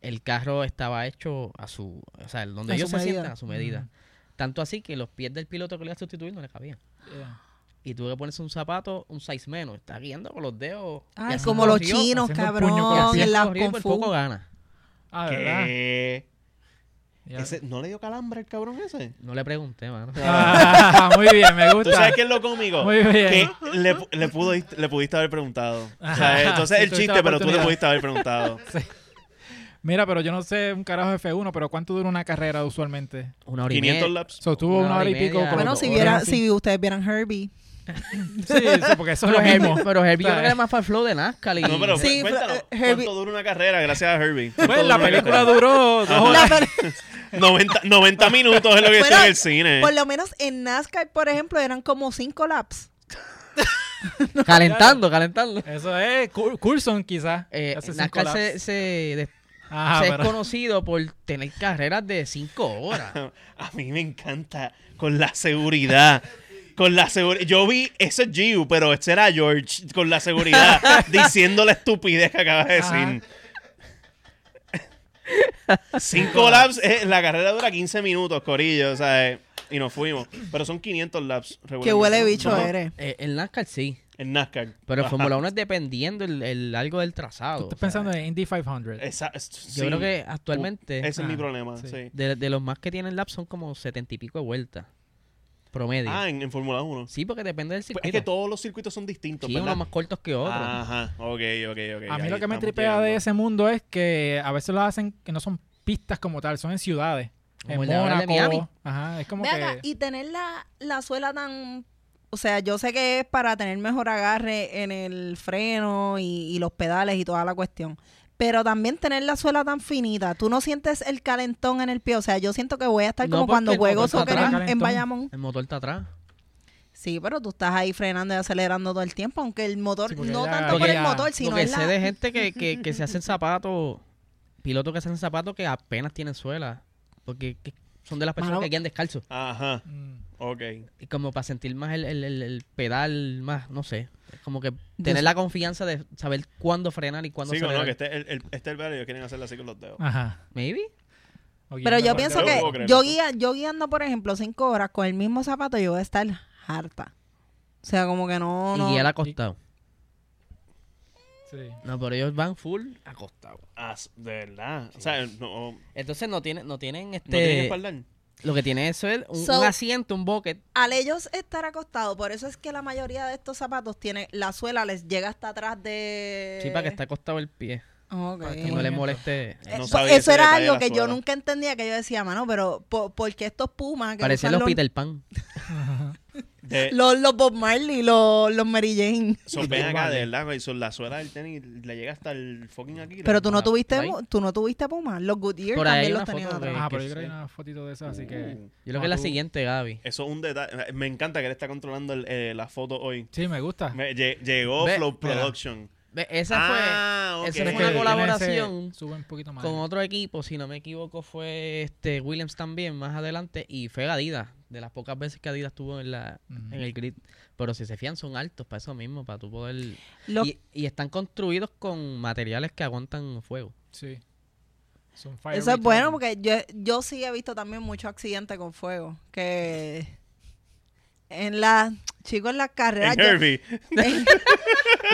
Speaker 3: el carro estaba hecho a su, o sea, donde
Speaker 4: A
Speaker 3: ellos
Speaker 4: su
Speaker 3: se
Speaker 4: medida.
Speaker 3: sientan a su medida. Tanto así que los pies del piloto que le iba a sustituir no le cabían.
Speaker 1: Yeah.
Speaker 3: Y tuve que ponerse un zapato, un size menos. Está guiando con los dedos. Y
Speaker 4: Ay,
Speaker 3: así
Speaker 4: como los
Speaker 3: corrió,
Speaker 4: chinos,
Speaker 1: haciendo un puño con
Speaker 4: cabrón,
Speaker 1: la
Speaker 3: así
Speaker 4: en las
Speaker 3: corrió y por poco
Speaker 4: confus.
Speaker 3: gana.
Speaker 1: Ah, ¿verdad?
Speaker 2: ¿Qué?
Speaker 1: Ya.
Speaker 2: Ese- ¿No le dio calambre el cabrón ese?
Speaker 3: No le pregunté, mano.
Speaker 1: (laughs) Ah, muy bien, me
Speaker 2: ¿Tú
Speaker 1: gusta.
Speaker 2: sabes qué es lo conmigo?
Speaker 1: Muy bien.
Speaker 2: Que le, pu- le, pudo, le pudiste haber preguntado. O sea,
Speaker 1: Ajá,
Speaker 2: entonces
Speaker 1: sí,
Speaker 2: el
Speaker 1: tuviste
Speaker 2: chiste,
Speaker 1: la
Speaker 2: pero tú le
Speaker 1: oportunidad.
Speaker 2: pudiste haber
Speaker 4: (laughs)
Speaker 2: preguntado.
Speaker 1: Mira, pero yo no sé un carajo de F1, pero ¿cuánto dura una carrera usualmente?
Speaker 3: Una hora y
Speaker 2: 500
Speaker 3: media.
Speaker 2: laps.
Speaker 1: So, tuvo
Speaker 3: Una
Speaker 1: una, hora y
Speaker 3: hora y
Speaker 1: pico.
Speaker 3: media.
Speaker 1: con
Speaker 4: Bueno,
Speaker 1: los
Speaker 4: si,
Speaker 1: dos,
Speaker 4: viera,
Speaker 1: así.
Speaker 4: si ustedes vieran Herbie.
Speaker 1: Sí, sí, porque eso es lo
Speaker 3: Pero
Speaker 1: mismo.
Speaker 3: Herbie, pero Herbie yo
Speaker 1: O sea,
Speaker 3: creo que era más para el flow de NASCAR. Y...
Speaker 2: No, pero
Speaker 4: Sí,
Speaker 2: cuéntanos,
Speaker 4: pero, eh, Herbie-
Speaker 2: ¿cuánto dura una carrera gracias a Herbie? ¿Cuánto
Speaker 1: Pues la
Speaker 2: dura una
Speaker 1: película
Speaker 2: carrera?
Speaker 1: duró dos horas.
Speaker 4: La per-
Speaker 2: 90, 90 minutos es lo que
Speaker 4: Bueno,
Speaker 2: está en el cine.
Speaker 4: por lo menos en NASCAR, por ejemplo, eran como cinco laps.
Speaker 3: Calentando, calentando.
Speaker 1: Eso es Cur- Coulson, quizás.
Speaker 3: Eh,
Speaker 1: Hace cinco
Speaker 3: NASCAR se,
Speaker 1: laps.
Speaker 3: se, des-
Speaker 1: Ajá,
Speaker 3: se es
Speaker 1: pero-
Speaker 3: conocido por tener carreras de 5
Speaker 4: (laughs)
Speaker 3: horas.
Speaker 2: (laughs) A mí me encanta con la seguridad. Con la seguridad. Yo vi ese Giu, pero este era George con la seguridad
Speaker 3: (laughs)
Speaker 2: diciendo la estupidez que acabas de decir. Cinco laps, eh, la carrera dura 15 minutos, Corillo, o sea, eh, y nos fuimos. Pero son 500 laps.
Speaker 4: Que
Speaker 2: regularmente.
Speaker 4: huele bicho
Speaker 2: Ajá.
Speaker 4: eres.
Speaker 3: Eh, el NASCAR sí,
Speaker 2: En NASCAR.
Speaker 3: pero en
Speaker 2: Ajá.
Speaker 3: Fórmula 1 es dependiendo el, el algo del
Speaker 1: Estoy
Speaker 3: trazado. o sea,
Speaker 1: pensando en Indy 500.
Speaker 2: Esa- es-
Speaker 3: Yo
Speaker 2: sí.
Speaker 3: creo que actualmente
Speaker 2: Ese es mi
Speaker 1: Ah,
Speaker 2: problema,
Speaker 1: sí.
Speaker 2: sí.
Speaker 3: de, de los más que tienen laps son como 70 y pico de vueltas promedio.
Speaker 2: Ah, en, en Fórmula 1.
Speaker 3: sí, porque depende del
Speaker 2: es
Speaker 3: circuito.
Speaker 2: que todos los circuitos son distintos,
Speaker 3: sí,
Speaker 2: ¿verdad? Ah.
Speaker 3: unos más cortos que otros.
Speaker 2: Ajá, ok, ok, ok.
Speaker 1: A mí
Speaker 2: ahí
Speaker 1: lo que me
Speaker 2: estamos
Speaker 1: tripea
Speaker 2: llegando.
Speaker 1: de ese mundo es que a veces lo hacen que no son pistas como tal, son en ciudades.
Speaker 3: Como
Speaker 1: en
Speaker 3: el de ahora de Miami.
Speaker 1: Mónaco. Ajá, es como
Speaker 4: Ve acá,
Speaker 1: que.
Speaker 4: y tener la, la suela tan... O sea, yo sé que es para tener mejor agarre en el freno y, y los pedales y toda la cuestión. Pero también tener la suela tan finita. Tú no sientes el calentón en el pie. O sea, yo siento que voy a estar
Speaker 3: No,
Speaker 4: como
Speaker 3: porque
Speaker 4: cuando
Speaker 3: no,
Speaker 4: juego
Speaker 3: porque
Speaker 4: soccer
Speaker 1: atrás.
Speaker 4: en, en
Speaker 1: Calentón.
Speaker 4: Bayamón.
Speaker 3: El motor está atrás.
Speaker 4: Sí, pero tú estás ahí frenando y acelerando todo el tiempo. Aunque el motor,
Speaker 1: Sí, porque
Speaker 4: no
Speaker 1: ya-
Speaker 4: tanto
Speaker 1: porque
Speaker 4: por el
Speaker 1: ya-
Speaker 4: motor, sino
Speaker 3: Lo que
Speaker 4: es
Speaker 3: sé
Speaker 4: la...
Speaker 3: de gente que, que, que se hacen zapatos, pilotos que se hacen zapatos que apenas tienen suela, porque que son de las personas
Speaker 4: Mano-
Speaker 3: que guían descalzo.
Speaker 2: Ajá,
Speaker 1: Mm.
Speaker 2: ok.
Speaker 3: Y como para sentir más el, el- el- el pedal, más, no sé. Es Como que tener
Speaker 4: sé-
Speaker 3: la confianza de saber cuándo frenar y cuándo
Speaker 2: Sí,
Speaker 3: acelerar.
Speaker 2: no, que este, el, el, este es el verano y ellos quieren hacerlo así con los dedos.
Speaker 1: Ajá.
Speaker 3: Maybe.
Speaker 1: O
Speaker 4: Pero
Speaker 1: guiando
Speaker 4: yo
Speaker 1: por-
Speaker 4: pienso
Speaker 2: Yo
Speaker 4: que
Speaker 2: puedo creer
Speaker 4: yo,
Speaker 2: eso.
Speaker 4: guía, yo guiando, por ejemplo, cinco horas con el mismo zapato, yo voy a estar harta. O sea, como que no... no
Speaker 3: Y guiar acostado.
Speaker 1: Sí.
Speaker 3: No, pero ellos van full acostado.
Speaker 2: Ah, s- de verdad. O sea, no,
Speaker 1: (laughs)
Speaker 2: no
Speaker 3: Entonces no tienen, no tienen este.
Speaker 2: tienen espaldar.
Speaker 3: lo que tiene eso es un,
Speaker 4: So-
Speaker 3: un asiento, un bucket.
Speaker 4: Al ellos estar acostados, por eso es que la mayoría de estos zapatos tiene la suela les llega hasta atrás de
Speaker 3: Sí, para que está acostado el pie.
Speaker 4: Ok.
Speaker 1: para
Speaker 3: Y no le
Speaker 1: movimiento.
Speaker 3: moleste.
Speaker 4: Eh,
Speaker 2: No
Speaker 4: pues,
Speaker 2: sabía
Speaker 4: eso
Speaker 2: ese
Speaker 4: era
Speaker 2: detalle de
Speaker 4: algo
Speaker 2: la
Speaker 4: que yo
Speaker 2: suela.
Speaker 4: nunca entendía, que yo decía, mano, pero po- ¿por qué estos pumas que
Speaker 3: Parecen
Speaker 4: usan
Speaker 3: los Peter Pan.
Speaker 2: De-
Speaker 4: los, los Bob Marley, los, los Mary
Speaker 3: (laughs)
Speaker 4: Jane?
Speaker 2: so, ven acá,
Speaker 1: eh.
Speaker 2: de verdad, güey. so, la suela del tenis le llega hasta el fucking aquí. la-
Speaker 4: Pero tú no
Speaker 3: Ah,
Speaker 4: tuviste
Speaker 3: ahí.
Speaker 4: mu- tú no tuviste pumas, los Goodyear
Speaker 3: Por ahí hay
Speaker 4: también los
Speaker 3: una
Speaker 4: tenían
Speaker 3: foto de-
Speaker 4: atrás.
Speaker 1: Ajá,
Speaker 3: que
Speaker 1: pero yo creo que
Speaker 3: sí.
Speaker 1: hay una fotito de esas, así que.
Speaker 2: Uh,
Speaker 3: Yo creo que es la
Speaker 1: tú-
Speaker 3: siguiente, Gaby.
Speaker 2: Eso es un detalle. eh, Me encanta que él está controlando el, eh, la foto hoy.
Speaker 1: Sí, me gusta.
Speaker 2: Me- lle- llegó
Speaker 3: Ve,
Speaker 2: Flow
Speaker 1: mira.
Speaker 2: Production.
Speaker 3: Ve, Esa
Speaker 2: Ah,
Speaker 3: fue,
Speaker 2: ok.
Speaker 3: esa
Speaker 1: Es
Speaker 3: fue
Speaker 1: que
Speaker 3: una
Speaker 1: tiene
Speaker 3: colaboración
Speaker 1: ese- Sube un poquito más.
Speaker 3: con otro equipo, si no me equivoco, fue este Williams también más adelante y fue Adidas, de las pocas veces que Adidas estuvo en la
Speaker 1: Ujú.
Speaker 3: en el grid. Pero si se fían son altos para eso mismo, para tú poder
Speaker 4: Los-
Speaker 3: y, y están construidos con materiales que aguantan fuego.
Speaker 1: Sí. Son fire
Speaker 4: eso es
Speaker 1: retardant. (laughs)
Speaker 4: bueno porque yo, yo sí he visto también muchos accidentes con fuego, que en la, chicos, en las carreras.
Speaker 2: En
Speaker 4: ya-
Speaker 2: Herbie.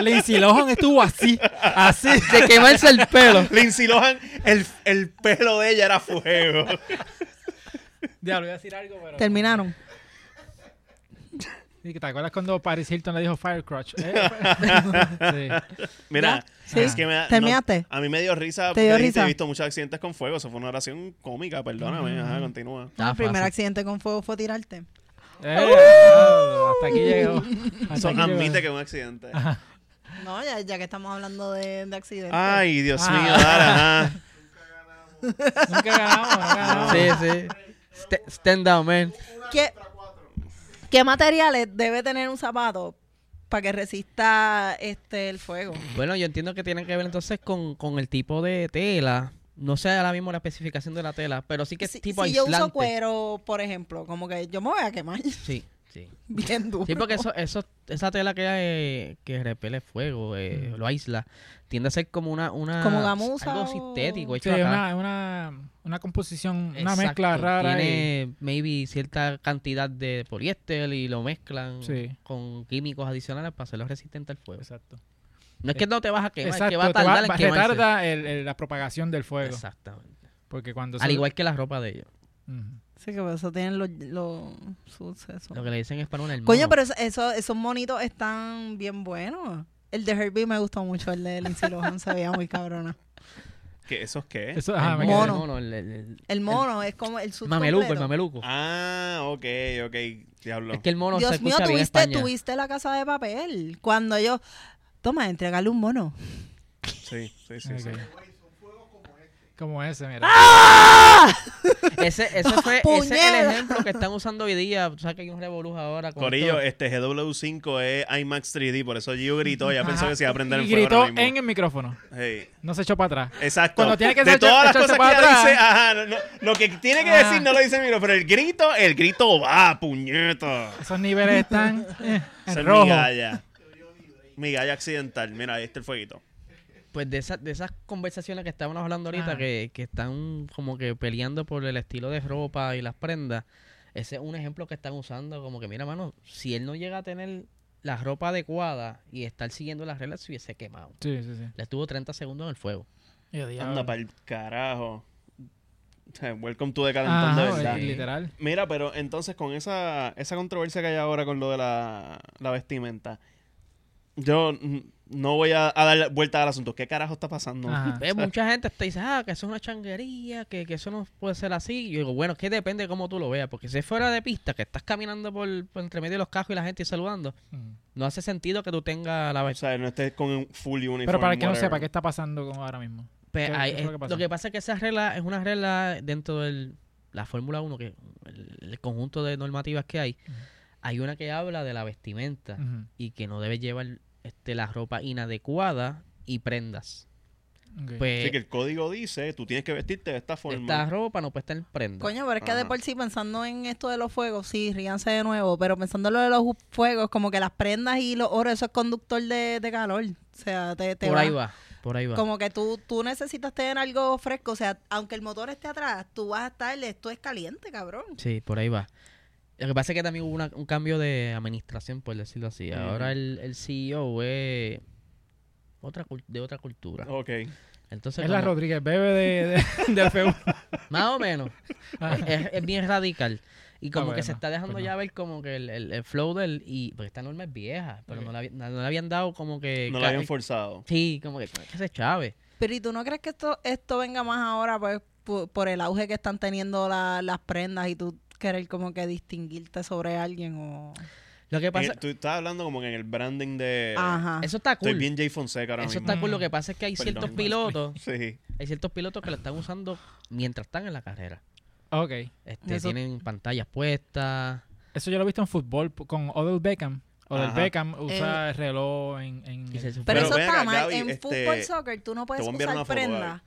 Speaker 1: Lindsay Lohan estuvo así, así.
Speaker 3: De quemarse el (laughs) pelo.
Speaker 2: Lindsay Lohan, el, el pelo de ella era
Speaker 3: (laughs)
Speaker 2: fuego.
Speaker 1: Diablo, voy a decir algo, pero...
Speaker 4: (laughs) Terminaron.
Speaker 1: Sí, ¿Te acuerdas cuando Paris Hilton le dijo Firecrotch? (laughs) Eh, (laughs) sí.
Speaker 2: Mira,
Speaker 4: ¿Ya?
Speaker 2: es
Speaker 4: Sí.
Speaker 2: que me da-
Speaker 4: ¿Terminaste?
Speaker 2: no, a mí me dio risa.
Speaker 4: ¿Te dio
Speaker 2: porque
Speaker 4: risa?
Speaker 2: He visto muchos accidentes con fuego. Eso fue una oración cómica, perdóname. Ajá, continúa.
Speaker 4: el primer accidente con fuego fue tirarte.
Speaker 3: Uh.
Speaker 1: Eh, diablo, hasta aquí
Speaker 3: (laughs)
Speaker 1: llegó. Hasta
Speaker 2: Eso
Speaker 1: aquí llegó.
Speaker 2: admite que es un accidente.
Speaker 4: No, ya, ya que estamos hablando de, de accidentes.
Speaker 2: Ay, Dios
Speaker 1: Ah.
Speaker 2: mío, Dara. ajá.
Speaker 1: Nunca ganamos, no ganamos.
Speaker 3: Sí, sí. Ste- Stand down, man.
Speaker 4: ¿Qué, ¿Qué materiales debe tener un zapato para que resista este el fuego?
Speaker 3: Bueno, yo entiendo que tiene que ver entonces con, con el tipo de tela. No sé ahora mismo la especificación de la tela, pero sí que es
Speaker 4: Si,
Speaker 3: tipo
Speaker 4: si yo
Speaker 3: aislante.
Speaker 4: uso cuero, por ejemplo, como que yo me voy a quemar (laughs)
Speaker 3: Sí, sí.
Speaker 4: bien duro.
Speaker 3: Sí,
Speaker 4: (laughs)
Speaker 3: porque eso, eso, esa tela que, eh, que repele fuego, eh, lo aísla, tiende a ser como una... una
Speaker 4: Como gamuza
Speaker 3: Algo
Speaker 4: o-
Speaker 3: sintético
Speaker 1: Sí,
Speaker 3: hecho
Speaker 1: es
Speaker 3: acá.
Speaker 1: una, una, una composición, una
Speaker 3: Exacto,
Speaker 1: mezcla rara. y-
Speaker 3: Tiene maybe cierta cantidad de poliéster y lo mezclan
Speaker 1: Sí.
Speaker 3: con químicos adicionales para hacerlo resistente al fuego.
Speaker 1: Exacto.
Speaker 3: No es que no te vas a quemar, es que
Speaker 1: Exacto,
Speaker 3: va a
Speaker 1: te va-
Speaker 3: tardar
Speaker 1: va-
Speaker 3: en quemarse.
Speaker 1: retarda el- el- la propagación del fuego.
Speaker 3: Exactamente.
Speaker 1: Porque cuando
Speaker 3: Al
Speaker 1: se-
Speaker 3: igual que la ropa de ellos.
Speaker 1: Ujú.
Speaker 4: Sí, que por eso tienen los, los sucesos.
Speaker 3: Lo que le dicen es para un hermano.
Speaker 4: Coño, pero eso- eso- esos monitos están bien buenos. El de Herbie me gustó mucho, el
Speaker 3: (laughs)
Speaker 4: de Lindsay Lohan se veía muy cabrona.
Speaker 2: ¿Qué, ¿Eso es qué?
Speaker 1: Eso,
Speaker 3: El
Speaker 1: ajá, me quedé-
Speaker 4: mono.
Speaker 3: el, el- el-
Speaker 4: El mono es como el suit
Speaker 3: mameluco, el
Speaker 4: completo.
Speaker 3: mameluco.
Speaker 2: Ah, ok, ok. Diablo.
Speaker 3: Es que el mono se
Speaker 4: Dios mío,
Speaker 3: escucha bien en
Speaker 4: tuviste,
Speaker 3: España.
Speaker 4: tuviste la casa de papel. Cuando ellos, toma, entregale un mono.
Speaker 2: Sí, sí, sí.
Speaker 1: Ok.
Speaker 2: sí.
Speaker 1: Como ese, mira.
Speaker 3: ¡Ah! Ese, ese fue ese es el
Speaker 4: ¡Puñeta!
Speaker 3: ejemplo que están usando hoy día. O sea, que hay un revoluz ahora. Con
Speaker 2: Corillo,
Speaker 3: esto.
Speaker 2: este GW5 es IMAX 3D, por eso Gio gritó, ya
Speaker 1: Ajá.
Speaker 2: pensó que se iba a prender
Speaker 1: y
Speaker 2: en fuego
Speaker 1: gritó
Speaker 2: ahora mismo.
Speaker 1: en el micrófono.
Speaker 2: Hey,
Speaker 1: No se echó para atrás.
Speaker 2: Exacto.
Speaker 1: Cuando tiene que
Speaker 2: de
Speaker 1: echar-
Speaker 2: todas las
Speaker 1: echarse
Speaker 2: cosas que
Speaker 1: para
Speaker 2: ella
Speaker 1: atrás.
Speaker 2: dice, ajá, no, no, lo que tiene que
Speaker 1: Ah.
Speaker 2: decir no lo dice el micro, pero el grito, el grito va, puñeta.
Speaker 1: Esos niveles
Speaker 2: (laughs)
Speaker 1: están eh, en
Speaker 2: Esa es
Speaker 1: rojo.
Speaker 2: migalla. Migalla accidental. Mira, ahí está el fueguito.
Speaker 3: Pues de, esas de esas conversaciones que estábamos hablando ahorita,
Speaker 1: Ah.
Speaker 3: que, que están como que peleando por el estilo de ropa y las prendas, ese es un ejemplo que están usando. Como que, mira, mano, si él no llega a tener la ropa adecuada y estar siguiendo las reglas, se hubiese quemado.
Speaker 1: Sí, sí, sí.
Speaker 3: Le estuvo 30 segundos en el fuego.
Speaker 1: Yo, diablo.
Speaker 2: Anda para el carajo. Welcome to the calentón
Speaker 1: Ajá,
Speaker 2: de verdad.
Speaker 1: eh, literal.
Speaker 2: Mira, pero entonces con esa, esa controversia que hay ahora con lo de la, la vestimenta, yo mm, no voy a, a dar vuelta al asunto. ¿Qué carajo está pasando?
Speaker 1: Ajá.
Speaker 3: Ve, mucha gente te dice, ah, que eso es una changuería, que, que eso no puede ser así. Y yo digo, bueno, es que depende de cómo tú lo veas, porque si es fuera de pista, que estás caminando por, por entre medio de los cajos y la gente y saludando,
Speaker 1: Mm.
Speaker 3: no hace sentido que tú tengas la
Speaker 2: O sea, no estés con un full uniforme.
Speaker 1: Pero para el que no
Speaker 2: whatever.
Speaker 1: sepa, ¿qué está pasando con ahora mismo?
Speaker 3: Pues,
Speaker 1: ¿Qué-
Speaker 3: ahí
Speaker 1: qué
Speaker 3: es-
Speaker 1: fue lo que
Speaker 3: lo, que
Speaker 1: pasó?
Speaker 3: pasa es que esa regla es una regla dentro de la Fórmula 1, que el, el conjunto de normativas que hay.
Speaker 1: Ujú.
Speaker 3: Hay una que habla de la vestimenta
Speaker 1: Ujú.
Speaker 3: y que no debes llevar este, la ropa inadecuada y prendas.
Speaker 1: Ok.
Speaker 3: Pues
Speaker 2: Así que el código dice, tú tienes que vestirte de esta forma.
Speaker 3: esta ropa no puede estar en prenda.
Speaker 4: Coño, pero es que de
Speaker 2: Ajá.
Speaker 3: Ah.
Speaker 4: por sí, pensando en esto de los fuegos, sí, ríanse de nuevo, pero pensando en lo de los fuegos, como que las prendas y los oros, eso es conductor de, de calor. O sea, te, te
Speaker 3: por ahí va, por ahí va.
Speaker 4: Como que tú, tú necesitas tener algo fresco, o sea, aunque el motor esté atrás, tú vas a estar, esto es caliente, cabrón.
Speaker 3: Sí, por ahí va. Lo que pasa es que también hubo una- un cambio de administración, por decirlo así. Ahora el, el CEO es otra, cul- de otra cultura.
Speaker 2: Ok.
Speaker 3: Entonces,
Speaker 1: es la
Speaker 3: como-
Speaker 1: Rodríguez Bebe de, de, (laughs) del FU.
Speaker 3: más o menos.
Speaker 1: Ah,
Speaker 3: es, es bien radical. Y como
Speaker 1: Ah,
Speaker 3: que se
Speaker 1: bueno,
Speaker 3: está dejando
Speaker 1: pues no.
Speaker 3: ya ver como que el, el- el flow del... Y, porque esta norma es vieja, pero
Speaker 1: Ok.
Speaker 3: no, la, había- no le habían dado como que...
Speaker 2: No
Speaker 3: ca- eh,
Speaker 2: la
Speaker 1: eh,
Speaker 2: habían forzado.
Speaker 3: Sí, como que ¿qué se Chávez.
Speaker 4: Pero ¿y tú no crees que esto, esto venga más ahora pues, por, por el auge que están teniendo la- las prendas y tú querer como que distinguirte sobre alguien o...
Speaker 3: Lo que
Speaker 2: En
Speaker 3: pasa... ah,
Speaker 2: el- tú estás hablando como que en el branding de...
Speaker 4: Ajá.
Speaker 3: Eso está
Speaker 2: Eh, Estoy
Speaker 3: cool.
Speaker 2: bien Jay Fonseca ahora
Speaker 3: Eso
Speaker 2: mismo.
Speaker 3: está cool. Lo que pasa es que hay
Speaker 2: Perdón,
Speaker 3: ciertos
Speaker 2: no,
Speaker 3: pilotos,
Speaker 2: Sí.
Speaker 3: hay ciertos pilotos que lo están usando mientras están en la carrera.
Speaker 1: ok.
Speaker 3: Este,
Speaker 4: Eso-
Speaker 3: tienen pantallas puestas.
Speaker 1: Eso yo lo he visto en fútbol p- con Odell Beckham. Odell
Speaker 2: Ajá.
Speaker 1: Beckham usa el reloj en... en
Speaker 3: Eh, Y se
Speaker 1: el-
Speaker 3: supone-
Speaker 4: Pero,
Speaker 2: Pero
Speaker 4: eso
Speaker 2: ven
Speaker 4: está
Speaker 2: acá,
Speaker 4: mal.
Speaker 2: Gaby,
Speaker 4: en
Speaker 2: este,
Speaker 4: fútbol soccer tú no puedes
Speaker 2: te voy a enviar
Speaker 4: usar
Speaker 2: una foto, Gaby.
Speaker 4: prendas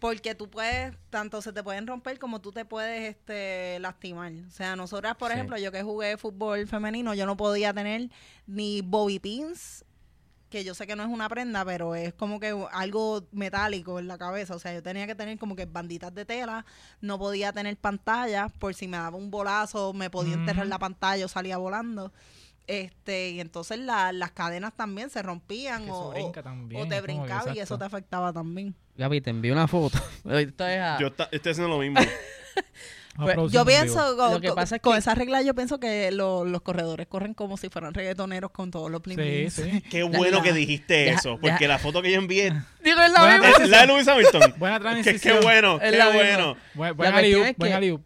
Speaker 4: porque tú puedes, tanto se te pueden romper como tú te puedes este, lastimar. O sea, nosotras, por
Speaker 3: Sí.
Speaker 4: ejemplo, yo que jugué fútbol femenino, yo no podía tener ni bobby pins, que yo sé que no es una prenda, pero es como que algo metálico en la cabeza. O sea, yo tenía que tener como que banditas de tela, no podía tener pantalla, por si me daba un bolazo, me podía enterrar
Speaker 1: Ujú.
Speaker 4: la pantalla o salía volando. Este, y entonces la- las cadenas también se rompían
Speaker 1: Que
Speaker 4: o,
Speaker 1: eso
Speaker 4: o-
Speaker 1: brinca también,
Speaker 4: o te
Speaker 1: es como que
Speaker 4: brincaba y
Speaker 1: exacto.
Speaker 4: eso te afectaba también.
Speaker 3: Gaby, te envié una foto. Esto es a-
Speaker 2: Yo ta- estoy haciendo lo
Speaker 3: (laughs)
Speaker 2: mismo.
Speaker 1: Vamos a
Speaker 3: Pues,
Speaker 1: producir
Speaker 4: Yo
Speaker 1: un vivo.
Speaker 4: pienso, con,
Speaker 3: Lo que
Speaker 4: con-
Speaker 3: pasa es
Speaker 4: con
Speaker 3: que-
Speaker 4: esa regla, yo pienso que lo- los corredores corren como si fueran reggaetoneros con todos los
Speaker 1: Sí,
Speaker 4: bling (laughs) blings.
Speaker 1: sí.
Speaker 2: Qué bueno que dijiste
Speaker 3: deja-
Speaker 2: eso, porque
Speaker 3: deja- Ah.
Speaker 2: la foto que yo envié
Speaker 3: Digo, es la
Speaker 1: Bueno,
Speaker 3: misma.
Speaker 2: es la de Lewis Hamilton.
Speaker 1: Buena
Speaker 2: (laughs) Que,
Speaker 1: transición.
Speaker 2: qué bueno,
Speaker 3: Es
Speaker 2: qué
Speaker 3: la misma.
Speaker 2: bueno.
Speaker 1: Buen, buen
Speaker 3: La cuestión
Speaker 1: alley-oop,
Speaker 3: es
Speaker 1: buen
Speaker 3: que-
Speaker 1: alley-oop.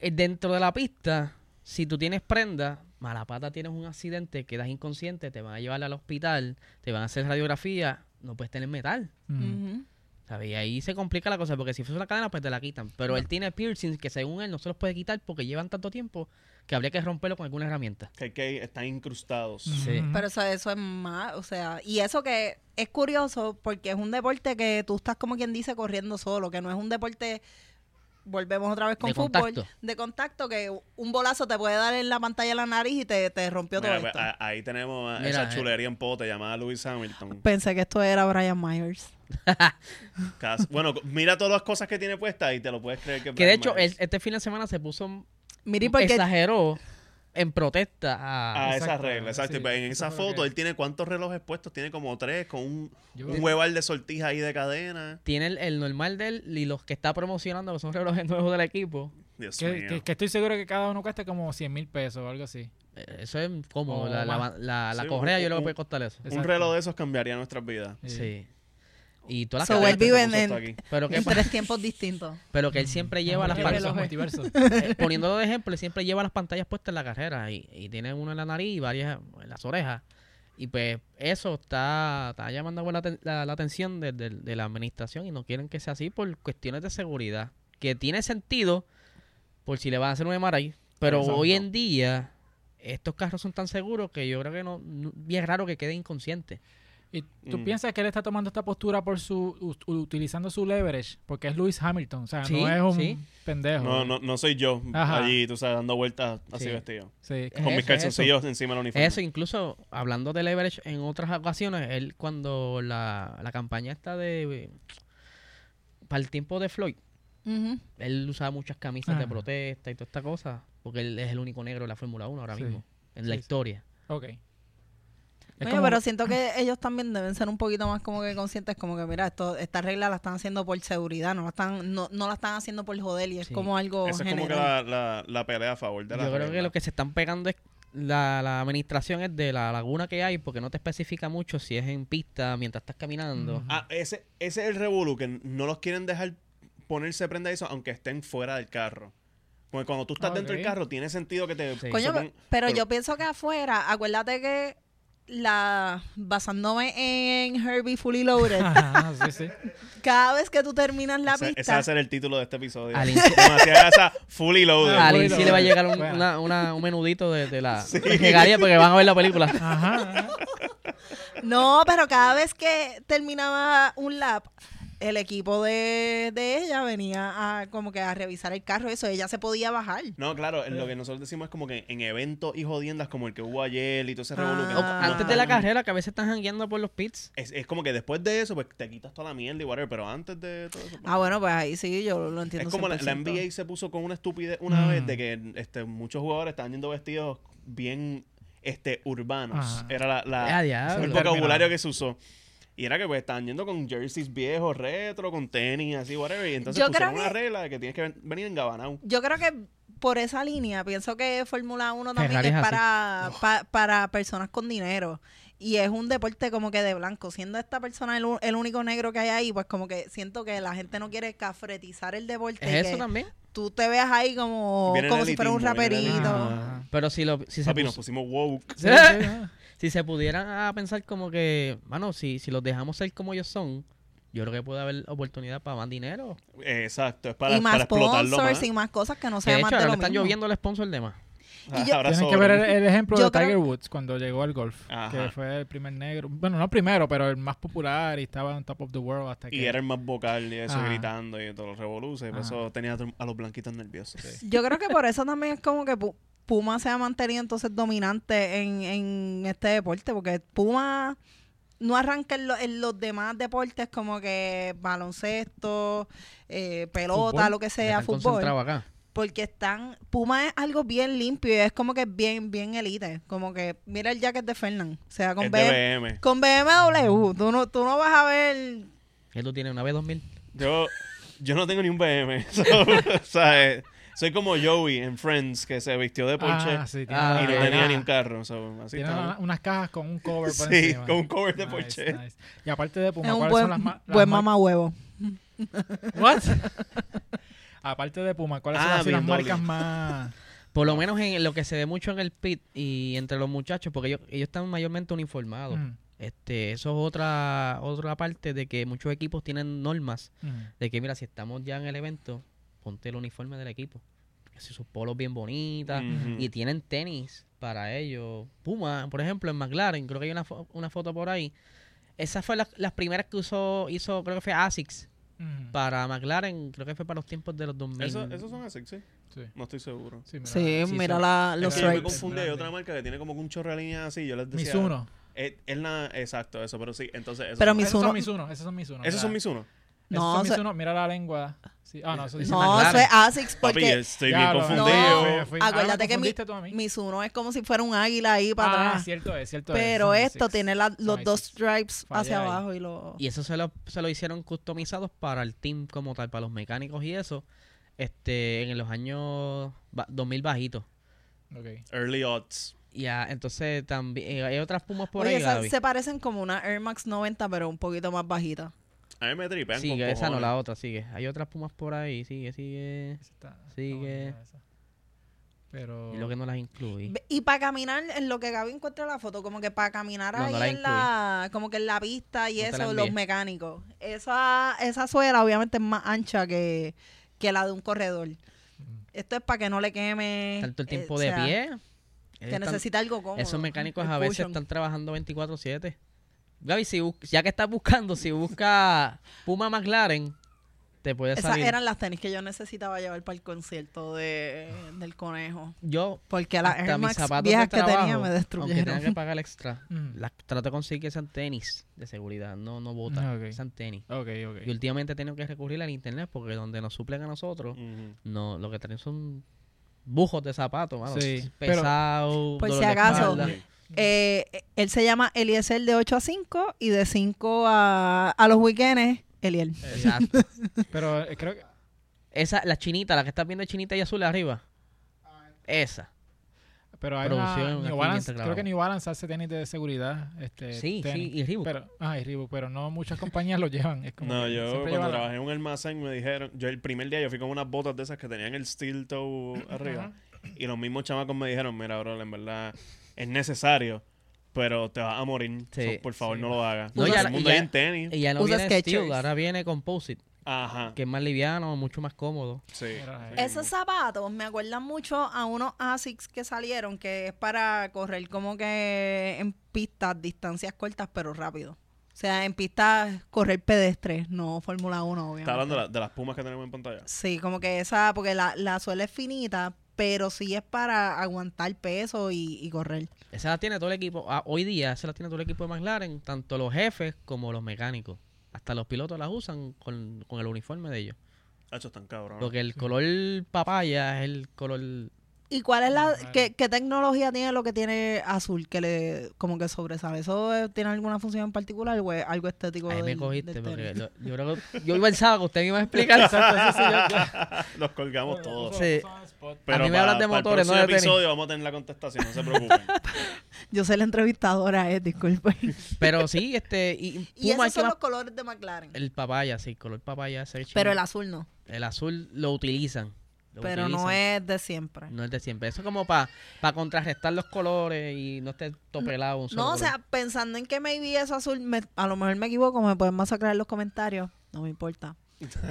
Speaker 3: Eh, Dentro de la pista, si tú tienes prenda, mala pata tienes un accidente, quedas inconsciente, te van a llevar al hospital, te van a hacer radiografía, no puedes tener metal.
Speaker 1: Mm.
Speaker 4: Ujú.
Speaker 3: ¿sabes? Y ahí se complica la cosa, porque si fuese una cadena, pues te la quitan. Pero él tiene piercings que según él no se los puede quitar porque llevan tanto tiempo que habría que romperlo con alguna herramienta.
Speaker 2: Que, que están incrustados.
Speaker 3: Sí.
Speaker 1: Mm.
Speaker 4: Pero eso, eso es más, o sea, y eso que es curioso porque es un deporte que tú estás como quien dice corriendo solo, que no es un deporte, volvemos otra vez con
Speaker 3: De
Speaker 4: fútbol,
Speaker 3: contacto.
Speaker 4: de contacto, que un bolazo te puede dar en la pantalla de la nariz y te, te rompió
Speaker 2: Mira,
Speaker 4: todo
Speaker 2: pues,
Speaker 4: esto.
Speaker 2: a- ahí tenemos a
Speaker 3: Mira,
Speaker 2: esa
Speaker 3: eh.
Speaker 2: chulería en pote llamada Lewis Hamilton.
Speaker 4: Pensé que esto era Brian Myers.
Speaker 2: Cas- Bueno, mira todas las cosas que tiene puesta y te lo puedes creer que
Speaker 3: Que de hecho,
Speaker 2: es
Speaker 3: él- este fin de semana se puso,
Speaker 4: Miri, porque
Speaker 3: exageró en protesta a...
Speaker 2: a Ah, esa
Speaker 1: Ah, Exacto,
Speaker 2: regla, exacto.
Speaker 1: sí,
Speaker 2: Y pues, en
Speaker 1: eso
Speaker 2: esa
Speaker 1: fue lo
Speaker 2: foto,
Speaker 1: que-
Speaker 2: él tiene cuántos relojes puestos, tiene como tres, con un,
Speaker 1: Yo-
Speaker 2: un hueval de sortija ahí de cadena.
Speaker 3: Tiene el, el normal de él y los que está promocionando, que son relojes nuevos del equipo.
Speaker 2: Dios
Speaker 1: que,
Speaker 2: mío.
Speaker 1: que- que estoy seguro que cada uno cuesta como 100 mil pesos o algo así.
Speaker 3: Eh, Eso es cómodo.
Speaker 1: Oh,
Speaker 3: la la,
Speaker 1: más.
Speaker 3: la- la
Speaker 2: Sí,
Speaker 3: correa
Speaker 2: un-
Speaker 3: yo creo que
Speaker 2: un-
Speaker 3: puede costar eso.
Speaker 2: Un
Speaker 1: Exacto.
Speaker 2: reloj de esos cambiaría nuestras vidas.
Speaker 1: Sí.
Speaker 3: Sí. Y todas las
Speaker 4: So,
Speaker 3: cadenas-
Speaker 4: él vive en-
Speaker 2: Puso esto
Speaker 4: en-
Speaker 2: aquí.
Speaker 3: pero, que,
Speaker 4: en tres tiempos distintos.
Speaker 3: pero que él siempre lleva las
Speaker 1: Los multiversos,
Speaker 3: pantallas.
Speaker 1: multiversos.
Speaker 3: (laughs) Poniéndolo de ejemplo, él siempre lleva las pantallas puestas en la carrera. Y, y tiene uno en la nariz y varias en las orejas. Y pues eso está, está llamando la, aten- la- la atención de, de- de la administración y no quieren que sea así por cuestiones de seguridad. Que tiene sentido por si le van a hacer un MRI. Pero
Speaker 2: Exacto.
Speaker 3: hoy en día estos carros son tan seguros que yo creo que no, no- y es raro que quede inconsciente.
Speaker 1: ¿Y tú
Speaker 2: Mm.
Speaker 1: piensas que él está tomando esta postura por su u- utilizando su leverage? Porque es Lewis Hamilton, o sea,
Speaker 3: Sí,
Speaker 1: no es un
Speaker 3: sí.
Speaker 1: pendejo.
Speaker 2: No, no, no soy yo
Speaker 1: Ajá.
Speaker 2: allí, tú sabes, dando vueltas así
Speaker 3: Sí.
Speaker 2: vestido.
Speaker 1: Sí,
Speaker 3: Es
Speaker 2: Con mis
Speaker 3: eso, es
Speaker 2: calzoncillos encima del uniforme.
Speaker 3: Eso, incluso hablando de leverage en otras ocasiones, él cuando la, la campaña está de... Para el tiempo de Floyd,
Speaker 4: Ujú.
Speaker 3: él usaba muchas camisas de
Speaker 1: Ah.
Speaker 3: protesta y toda esta cosa, porque él es el único negro de la Fórmula 1 ahora
Speaker 1: Sí.
Speaker 3: mismo, en
Speaker 1: Sí,
Speaker 3: la
Speaker 1: sí.
Speaker 3: historia.
Speaker 1: ok. Es
Speaker 4: Oye,
Speaker 1: como-
Speaker 4: pero siento que ellos también deben ser un poquito más como que conscientes, como que mira, esto, esta regla la están haciendo por seguridad, no la están, no, no la están haciendo por joder y es
Speaker 3: Sí.
Speaker 4: como algo
Speaker 2: Esa es como
Speaker 4: general.
Speaker 2: que la, la, la pelea a favor de
Speaker 3: Yo
Speaker 2: la
Speaker 3: creo que
Speaker 2: regla.
Speaker 3: lo que se están pegando es la, la administración es de la laguna que hay, porque no te especifica mucho si es en pista, mientras estás caminando.
Speaker 1: Ujú.
Speaker 2: Ah, ese, ese es el revolú, que no los quieren dejar ponerse prenda de eso, aunque estén fuera del carro. Porque cuando tú estás
Speaker 1: Ah,
Speaker 2: dentro del
Speaker 1: ok.
Speaker 2: carro, tiene sentido que te...
Speaker 3: Sí.
Speaker 2: se
Speaker 4: Coño,
Speaker 2: pongan-
Speaker 4: pe- pero
Speaker 2: por-
Speaker 4: yo pienso que afuera, acuérdate que la basándome en Herbie Fully
Speaker 1: (laughs)
Speaker 4: Loaded,
Speaker 1: (laughs) Ajá, sí, sí.
Speaker 4: cada vez que tú terminas la
Speaker 2: ese, ese va
Speaker 4: pista,
Speaker 2: a ser el título de este episodio. (laughs)
Speaker 3: Al insu-
Speaker 2: Demasiada esa fully loaded.
Speaker 1: Ah,
Speaker 3: A
Speaker 1: Fully
Speaker 3: Lin sí le va a
Speaker 1: loaded.
Speaker 3: llegar un,
Speaker 1: (laughs) Bueno.
Speaker 3: una- una- un menudito de,
Speaker 1: (laughs)
Speaker 3: de la llegaría porque van a ver la película.
Speaker 1: Ajá.
Speaker 4: no, pero cada vez que terminaba un lap, el equipo de, de ella venía a como que a revisar el carro, eso, ella se podía bajar.
Speaker 2: No, claro, lo que nosotros decimos es como que en eventos y jodiendas como el que hubo ayer y todo ese
Speaker 4: Ah.
Speaker 2: revolú. que
Speaker 4: O
Speaker 2: no-
Speaker 3: Antes
Speaker 2: no-
Speaker 3: de la carrera, que a veces están jangueando por los pits.
Speaker 2: Es, es como que después de eso, pues te quitas toda la mierda y whatever, pero antes de todo eso... pues,
Speaker 4: Ah, bueno, pues ahí sí, yo lo entiendo.
Speaker 2: Es como la, la
Speaker 4: 100%.
Speaker 2: NBA se puso con una estupidez una
Speaker 1: Mm.
Speaker 2: vez de que este, muchos jugadores estaban yendo vestidos bien este, urbanos.
Speaker 1: Ajá.
Speaker 2: Era la, la-
Speaker 3: Ah, diablo.
Speaker 2: el vocabulario que se usó. Y era que pues estaban yendo con jerseys viejos, retro, con tenis, así, whatever. Y entonces
Speaker 4: Yo
Speaker 2: pusieron
Speaker 4: creo
Speaker 2: una
Speaker 4: que-
Speaker 2: regla de que tienes que ven- venir en Gabanao.
Speaker 4: Yo creo que por esa línea, pienso que Fórmula 1 también
Speaker 3: Ferrari
Speaker 4: es
Speaker 3: es así.
Speaker 4: para, pa- para personas con dinero. Y es un deporte como que de blanco. Siendo esta persona el, u- el único negro que hay ahí, pues como que siento que la gente no quiere cafretizar el deporte. y
Speaker 3: Es
Speaker 4: que
Speaker 3: eso también.
Speaker 4: tú te veas ahí como,
Speaker 2: Viene el
Speaker 4: como si fuera un
Speaker 2: elitismo, viene el
Speaker 4: raperito.
Speaker 2: elitismo.
Speaker 1: Ajá.
Speaker 3: Pero si, lo, si, se
Speaker 2: Papi, pues. nos
Speaker 3: pus-
Speaker 2: pusimos woke.
Speaker 1: Sí, sí, ajá.
Speaker 3: si se pudieran a pensar como que, mano, si, si los dejamos ser como ellos son, yo creo que puede haber oportunidad para más dinero.
Speaker 2: Eh, Exacto, es para,
Speaker 4: y más
Speaker 2: para explotarlo
Speaker 4: sponsors
Speaker 2: más.
Speaker 4: y más cosas que no
Speaker 3: Que de
Speaker 4: sean
Speaker 3: hecho,
Speaker 4: más de
Speaker 3: ahora
Speaker 4: lo
Speaker 3: le están
Speaker 4: mismo.
Speaker 3: lloviendo el sponsor de más.
Speaker 4: y
Speaker 2: (laughs)
Speaker 4: yo-
Speaker 2: Ah, Ahora
Speaker 1: Tienen que
Speaker 2: sobran.
Speaker 1: ver el, el ejemplo
Speaker 4: Yo
Speaker 1: de Tiger
Speaker 4: creo-
Speaker 1: Woods cuando llegó al golf,
Speaker 2: Ajá.
Speaker 1: que fue el primer negro, bueno, no primero, pero el más popular y estaba en top of the world hasta que
Speaker 2: Y era el más vocal y eso
Speaker 1: Ajá.
Speaker 2: gritando y todo los revoluces. Y por
Speaker 1: Ajá.
Speaker 2: eso tenía a los blanquitos nerviosos.
Speaker 4: Yo creo que por eso también es como que Pu- Puma se ha mantenido entonces dominante en, en este deporte, porque Puma no arranca en, lo- en los demás deportes como que baloncesto, eh, pelota,
Speaker 1: Fútbol.
Speaker 4: lo que
Speaker 3: Me
Speaker 4: sea,
Speaker 3: están
Speaker 4: fútbol.
Speaker 3: concentrado acá.
Speaker 4: Porque están. Puma es algo bien limpio y es como que bien, bien elite. Como que mira el jacket de Fernán. O sea, con,
Speaker 2: Es
Speaker 4: B-
Speaker 2: de BM.
Speaker 4: con BMW. Tú no, tú no vas a ver.
Speaker 3: ¿Qué tú tienes? ¿Una B2000?
Speaker 2: Yo, yo no tengo ni un BM. (laughs) so, o sea, eh, soy como Joey en Friends, que se vistió de Porsche
Speaker 1: Ah, sí, tiene
Speaker 3: Ah,
Speaker 1: una-
Speaker 2: y no
Speaker 3: verdad.
Speaker 2: tenía ni un carro. so, así
Speaker 1: Tiene
Speaker 2: estamos.
Speaker 1: una- unas cajas con un cover por
Speaker 2: Sí,
Speaker 1: encima.
Speaker 2: con un cover de
Speaker 1: Nice,
Speaker 2: Porsche.
Speaker 1: nice. Y aparte de Puma,
Speaker 4: es un
Speaker 1: ¿cuáles
Speaker 4: buen,
Speaker 1: son las, ma- las
Speaker 4: buen
Speaker 1: mar-
Speaker 4: mamá huevo.
Speaker 1: What?
Speaker 4: (laughs)
Speaker 1: aparte de Puma, ¿cuáles son
Speaker 2: Ah,
Speaker 1: así las
Speaker 2: BMW.
Speaker 1: marcas más...?
Speaker 4: (laughs)
Speaker 3: Por lo menos en lo que se ve mucho en el pit y entre los muchachos, porque ellos, ellos están mayormente uniformados.
Speaker 1: Mm,
Speaker 3: Este, eso es otra, otra parte de que muchos equipos tienen normas
Speaker 1: mm.
Speaker 3: de que, mira, si estamos ya en el evento, ponte el uniforme del equipo. Así sus polos bien bonitas
Speaker 2: Ujú.
Speaker 3: y tienen tenis para ellos. Puma, por ejemplo, en McLaren, creo que hay una, fo- una foto por ahí. Esas fueron las, las primeras que usó, hizo, creo que fue ASICS
Speaker 1: Ujú.
Speaker 3: para McLaren, creo que fue para los tiempos de los 2000.
Speaker 2: Mm. Eso- Esos son así, sí.
Speaker 1: Sí,
Speaker 2: No estoy seguro.
Speaker 1: sí, mira.
Speaker 4: Sí,
Speaker 3: sí,
Speaker 4: mira
Speaker 3: son-
Speaker 4: la,
Speaker 2: Es
Speaker 4: los
Speaker 2: que yo me
Speaker 1: stripes.
Speaker 4: stripes.
Speaker 2: confundí. Hay otra marca que tiene como que un chorro de líneas así. Yo les decía.
Speaker 1: Mizuno.
Speaker 2: Es, es la, exacto, eso, pero sí. Entonces, esos
Speaker 4: Pero
Speaker 2: son,
Speaker 4: mi-
Speaker 1: Esos son
Speaker 4: Mizuno-
Speaker 1: Mizuno. Esos son Mizuno.
Speaker 2: esos son
Speaker 1: ¿verdad?
Speaker 2: Mizuno.
Speaker 1: Esos
Speaker 4: No,
Speaker 1: son
Speaker 4: se-
Speaker 1: Mizuno. Mira la lengua. Sí. Ah, no, eso dice
Speaker 4: No,
Speaker 1: McLaren.
Speaker 4: eso es ASICS
Speaker 2: Papi, yo
Speaker 4: porque
Speaker 2: estoy bien
Speaker 1: Ya, lo-
Speaker 2: confundido.
Speaker 1: me fui. Ahora me
Speaker 4: acuérdate que mi-
Speaker 1: confundiste tú a mí.
Speaker 4: Mizuno es como si fuera un águila ahí para
Speaker 1: Ah,
Speaker 4: atrás.
Speaker 1: cierto es, cierto es.
Speaker 4: Pero
Speaker 1: son
Speaker 4: esto
Speaker 1: Asics.
Speaker 4: tiene la- los
Speaker 1: Son
Speaker 4: dos
Speaker 1: Asics.
Speaker 4: stripes
Speaker 1: Fallé
Speaker 4: hacia
Speaker 1: ahí.
Speaker 4: abajo y los.
Speaker 3: Y eso se lo, se lo hicieron customizados para el team como tal, para los mecánicos y eso, este, en los años ba- 2000 bajitos.
Speaker 1: Ok.
Speaker 2: Early odds.
Speaker 3: Ya, entonces también eh, hay otras pumas por
Speaker 4: Oye,
Speaker 3: ahí,
Speaker 4: esas
Speaker 3: Gaby.
Speaker 4: se parecen como una Air Max 90, pero un poquito más bajita.
Speaker 2: A mí me tripean con
Speaker 3: Sigue, esa no,
Speaker 2: cojones.
Speaker 3: la otra, sigue. Hay otras pumas por ahí, sigue, sigue.
Speaker 1: Esa está- está
Speaker 3: Sigue.
Speaker 1: bonita esa. Pero.
Speaker 3: Y lo que no las incluí.
Speaker 4: Ve- Y para caminar, en lo que Gaby encuentra la foto, como que para caminar
Speaker 3: No,
Speaker 4: ahí
Speaker 3: no la
Speaker 4: en la, como que en la pista y
Speaker 3: No te la
Speaker 4: eso, los
Speaker 3: envié.
Speaker 4: mecánicos. Esa, esa suela obviamente es más ancha que, que la de un corredor. Esto es para que no le queme.
Speaker 3: Tanto el
Speaker 4: eh,
Speaker 3: tiempo
Speaker 4: o
Speaker 3: de
Speaker 4: sea,
Speaker 3: pie.
Speaker 4: Que
Speaker 3: ellos están-
Speaker 4: necesita algo cómodo.
Speaker 3: Esos mecánicos
Speaker 4: un
Speaker 3: a veces
Speaker 4: cushion.
Speaker 3: están trabajando 24-7. Gaby, si bus- ya que estás buscando, si busca Puma McLaren, te puede
Speaker 4: Esas
Speaker 3: salir.
Speaker 4: eran las tenis que yo necesitaba llevar para el concierto de, del conejo.
Speaker 3: Yo
Speaker 4: Porque las
Speaker 3: hasta
Speaker 4: Air
Speaker 3: mis
Speaker 4: Max
Speaker 3: zapatos
Speaker 4: viejas
Speaker 3: de
Speaker 4: que tenía
Speaker 3: trabajo,
Speaker 4: me
Speaker 3: Aunque tenga que
Speaker 4: destruyeron.
Speaker 3: pagar extra,
Speaker 1: Mm.
Speaker 3: las trato de conseguir que sean tenis de seguridad, no no botas,
Speaker 4: Ah,
Speaker 1: Ok.
Speaker 3: sean tenis.
Speaker 1: Ok, ok.
Speaker 3: Y últimamente he tenido que recurrir al internet porque donde nos suplen a nosotros,
Speaker 2: Ujú.
Speaker 3: no lo que traen son bujos de zapatos, mano,
Speaker 1: Sí, pero-
Speaker 3: pesado,
Speaker 4: Por
Speaker 3: dolor
Speaker 4: si
Speaker 3: de
Speaker 4: acaso.
Speaker 3: espalda.
Speaker 4: (laughs) (laughs) Eh, él se llama Eliezer de 8 a 5 y de 5 a, a los weekends, Eliel.
Speaker 3: Exacto.
Speaker 1: Pero eh, creo que.
Speaker 3: Esa, la chinita, la que estás viendo chinita y azul arriba. Esa.
Speaker 1: Pero hay
Speaker 3: Producción
Speaker 1: una,
Speaker 3: aquí
Speaker 1: New Balance,
Speaker 3: mientras
Speaker 1: creo que
Speaker 3: grabamos.
Speaker 1: New Balance hace tenis de seguridad. Este,
Speaker 3: Sí,
Speaker 1: tenis.
Speaker 3: sí, y Reebok.
Speaker 1: Pero, ah, y Reebok, pero no muchas compañías lo llevan. Es como
Speaker 2: No,
Speaker 1: que
Speaker 2: yo
Speaker 1: siempre
Speaker 2: cuando
Speaker 1: lleva la-
Speaker 2: trabajé en un almacén me dijeron, yo el primer día yo fui con unas botas de esas que tenían el steel
Speaker 3: (clears throat)
Speaker 2: toe arriba y los mismos chamacos me dijeron, mira, bro, en verdad es necesario, pero te vas a morir,
Speaker 3: Sí,
Speaker 2: so, por favor
Speaker 1: sí.
Speaker 2: no lo hagas.
Speaker 3: No,
Speaker 2: Todo
Speaker 4: ya-
Speaker 2: el mundo
Speaker 3: ya-
Speaker 2: ahí en tenis.
Speaker 3: Y ya no
Speaker 4: Usa
Speaker 3: viene
Speaker 4: Skechers.
Speaker 3: Steel, ahora viene Composite,
Speaker 2: Ajá.
Speaker 3: que eh, es más liviano, mucho más cómodo.
Speaker 2: Sí.
Speaker 1: Era ahí.
Speaker 4: Esos zapatos me acuerdan mucho a unos ASICS que salieron, que es para correr como que en pistas, distancias cortas, pero rápido. O sea, en pistas, correr pedestre, no Fórmula 1, obviamente.
Speaker 2: Está hablando de, la- de las pumas que tenemos en pantalla.
Speaker 4: Sí, como que esa, porque la, la suela es finita, pero sí es para aguantar peso y, y correr.
Speaker 3: Esa la tiene todo el equipo. ah, hoy día esa la tiene todo el equipo de McLaren, tanto los jefes como los mecánicos. Hasta los pilotos las usan con, con el uniforme de ellos.
Speaker 2: Hacho, están cabrón. (laughs)
Speaker 3: Porque el color papaya es el color...
Speaker 4: ¿Y cuál es la,
Speaker 1: Vale.
Speaker 4: qué, qué tecnología tiene lo que tiene azul que le, como que sobresale? ¿Eso eh, tiene alguna función en particular o es algo estético?
Speaker 3: Ahí me
Speaker 4: del-
Speaker 3: cogiste.
Speaker 4: del
Speaker 3: Porque
Speaker 4: tenis?
Speaker 3: lo- yo, creo que- yo pensaba que usted me iba a explicar.
Speaker 2: Los colgamos todos.
Speaker 3: Sí.
Speaker 2: Pero
Speaker 3: mí me
Speaker 2: para,
Speaker 3: hablas
Speaker 2: para
Speaker 3: de
Speaker 2: el
Speaker 3: motores, no
Speaker 2: próximo
Speaker 3: de tenis.
Speaker 2: episodio vamos a tener la contestación, no se preocupen. (laughs)
Speaker 4: (laughs) Yo soy la entrevistadora,
Speaker 3: (laughs)
Speaker 4: eh, disculpe. (laughs)
Speaker 3: Pero sí, este... Y,
Speaker 4: y
Speaker 3: Puma es
Speaker 4: esos
Speaker 3: que
Speaker 4: son
Speaker 3: más-
Speaker 4: los colores de McLaren.
Speaker 3: El papaya, sí, el color papaya. Ese
Speaker 4: pero el
Speaker 3: chino.
Speaker 4: azul no.
Speaker 3: El azul lo utilizan. lo
Speaker 4: Pero no
Speaker 3: utilizan.
Speaker 4: es de siempre.
Speaker 3: No es de siempre. Eso es como para pa contrarrestar los colores y no esté topelado un solo
Speaker 4: No, o
Speaker 3: color.
Speaker 4: sea, pensando en que maybe eso azul, me- a lo mejor me equivoco, me pueden masacrar en los comentarios. No me importa.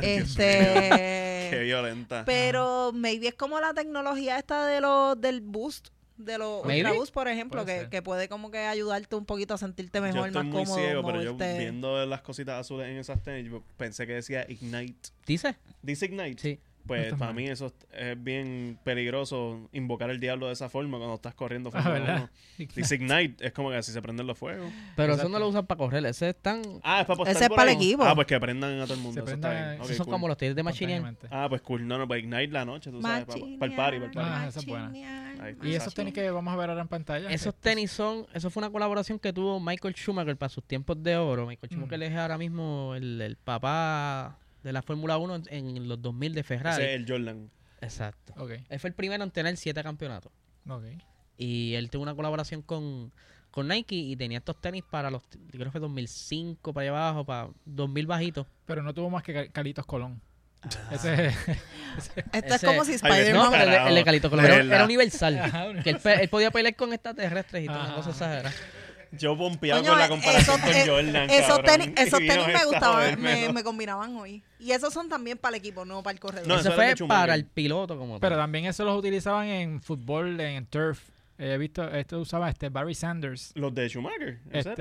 Speaker 2: Qué (laughs)
Speaker 4: este.
Speaker 2: violenta.
Speaker 4: pero maybe es como la tecnología esta de los del boost. De los
Speaker 3: Maybe.
Speaker 4: Ultra Boost, por ejemplo,
Speaker 1: Puede
Speaker 4: que,
Speaker 1: ser.
Speaker 4: que puede como que ayudarte un poquito a sentirte
Speaker 2: yo
Speaker 4: mejor,
Speaker 2: estoy
Speaker 4: más este
Speaker 2: muy
Speaker 4: cómodo.
Speaker 2: ciego, pero yo
Speaker 4: moverte.
Speaker 2: viendo las cositas azules en esas tenis, yo pensé que decía Ignite.
Speaker 3: ¿Dice?
Speaker 2: Dice Ignite.
Speaker 3: Sí.
Speaker 1: No
Speaker 2: Pues
Speaker 1: está
Speaker 2: para
Speaker 1: mal.
Speaker 2: mí eso es bien peligroso invocar al diablo de esa forma cuando estás corriendo.
Speaker 1: Ah,
Speaker 2: Fórmula
Speaker 1: ¿verdad?
Speaker 2: Uno. Dice Ignite, es como que así se prenden los fuegos.
Speaker 3: Pero
Speaker 1: Exacto.
Speaker 3: eso no lo usan para correr, ese es tan...
Speaker 2: Ah, es para apostar
Speaker 4: Ese es
Speaker 2: por
Speaker 4: para
Speaker 2: ahí.
Speaker 4: el equipo.
Speaker 2: Ah, pues que aprendan a todo el mundo. Eso está
Speaker 1: aprendan-
Speaker 2: bien.
Speaker 1: esos
Speaker 2: Ok,
Speaker 3: esos son
Speaker 2: cool.
Speaker 3: como los tiros de machinear.
Speaker 1: Espontáneamente.
Speaker 2: Ah, pues cool. No, no, para Ignite la noche, tú sabes. Para, el party, para el party.
Speaker 1: Ah, esa es buena.
Speaker 2: Ahí está.
Speaker 1: Y
Speaker 2: Exacto.
Speaker 1: esos tenis que vamos a ver ahora en pantalla.
Speaker 3: Ah,
Speaker 1: este,
Speaker 3: Esos
Speaker 1: que-
Speaker 3: tenis son, eso fue una colaboración que tuvo Michael Schumacher para sus tiempos de oro. Michael
Speaker 1: Mm.
Speaker 3: Schumacher es ahora mismo el, el papá de la Fórmula 1 en, en los 2000 de Ferrari.
Speaker 2: Ese es el Jordan.
Speaker 3: Exacto.
Speaker 1: Ok,
Speaker 3: Él fue el primero en tener siete campeonatos.
Speaker 1: ok.
Speaker 3: Y él tuvo una colaboración con, con Nike y tenía estos tenis para los, yo creo que 2005 para allá abajo, para 2000 bajitos.
Speaker 1: Pero no tuvo más que Cal- Calitos Colón.
Speaker 3: Ah,
Speaker 1: Ese
Speaker 4: Esto es
Speaker 3: Ese-
Speaker 4: como si
Speaker 3: No,
Speaker 4: Spider-Man.
Speaker 3: pero el, de- el de Calito Colón era,
Speaker 2: Eh, Verdad.
Speaker 3: era
Speaker 1: (laughs)
Speaker 3: universal.
Speaker 1: Ajá, Ah.
Speaker 3: que él, pe- él podía pelear con extraterrestres y toda
Speaker 1: Ajá.
Speaker 3: una cosa exagerada.
Speaker 2: Yo pompeado
Speaker 4: Coño,
Speaker 2: con la
Speaker 4: eh,
Speaker 2: comparación
Speaker 4: esos- eh,
Speaker 2: con Jordan.
Speaker 4: (laughs) Esos
Speaker 2: cabrón.
Speaker 4: tenis,
Speaker 2: Y (laughs)
Speaker 4: esos
Speaker 2: vino
Speaker 4: tenis me
Speaker 2: esta
Speaker 4: gustaban,
Speaker 2: joderme,
Speaker 4: me,
Speaker 2: ¿no?
Speaker 4: me combinaban hoy. Y esos son también para el equipo, no para el corredor.
Speaker 2: No,
Speaker 3: Eso
Speaker 2: eso era
Speaker 3: fue
Speaker 2: de Schumacher.
Speaker 3: para el piloto
Speaker 1: (laughs)
Speaker 3: como
Speaker 1: Pero
Speaker 3: tal.
Speaker 1: también eso los utilizaban en fútbol, en turf. Eh, He visto, esto usaba este Barry Sanders.
Speaker 2: (laughs) Los de Schumacher. ¿en serio?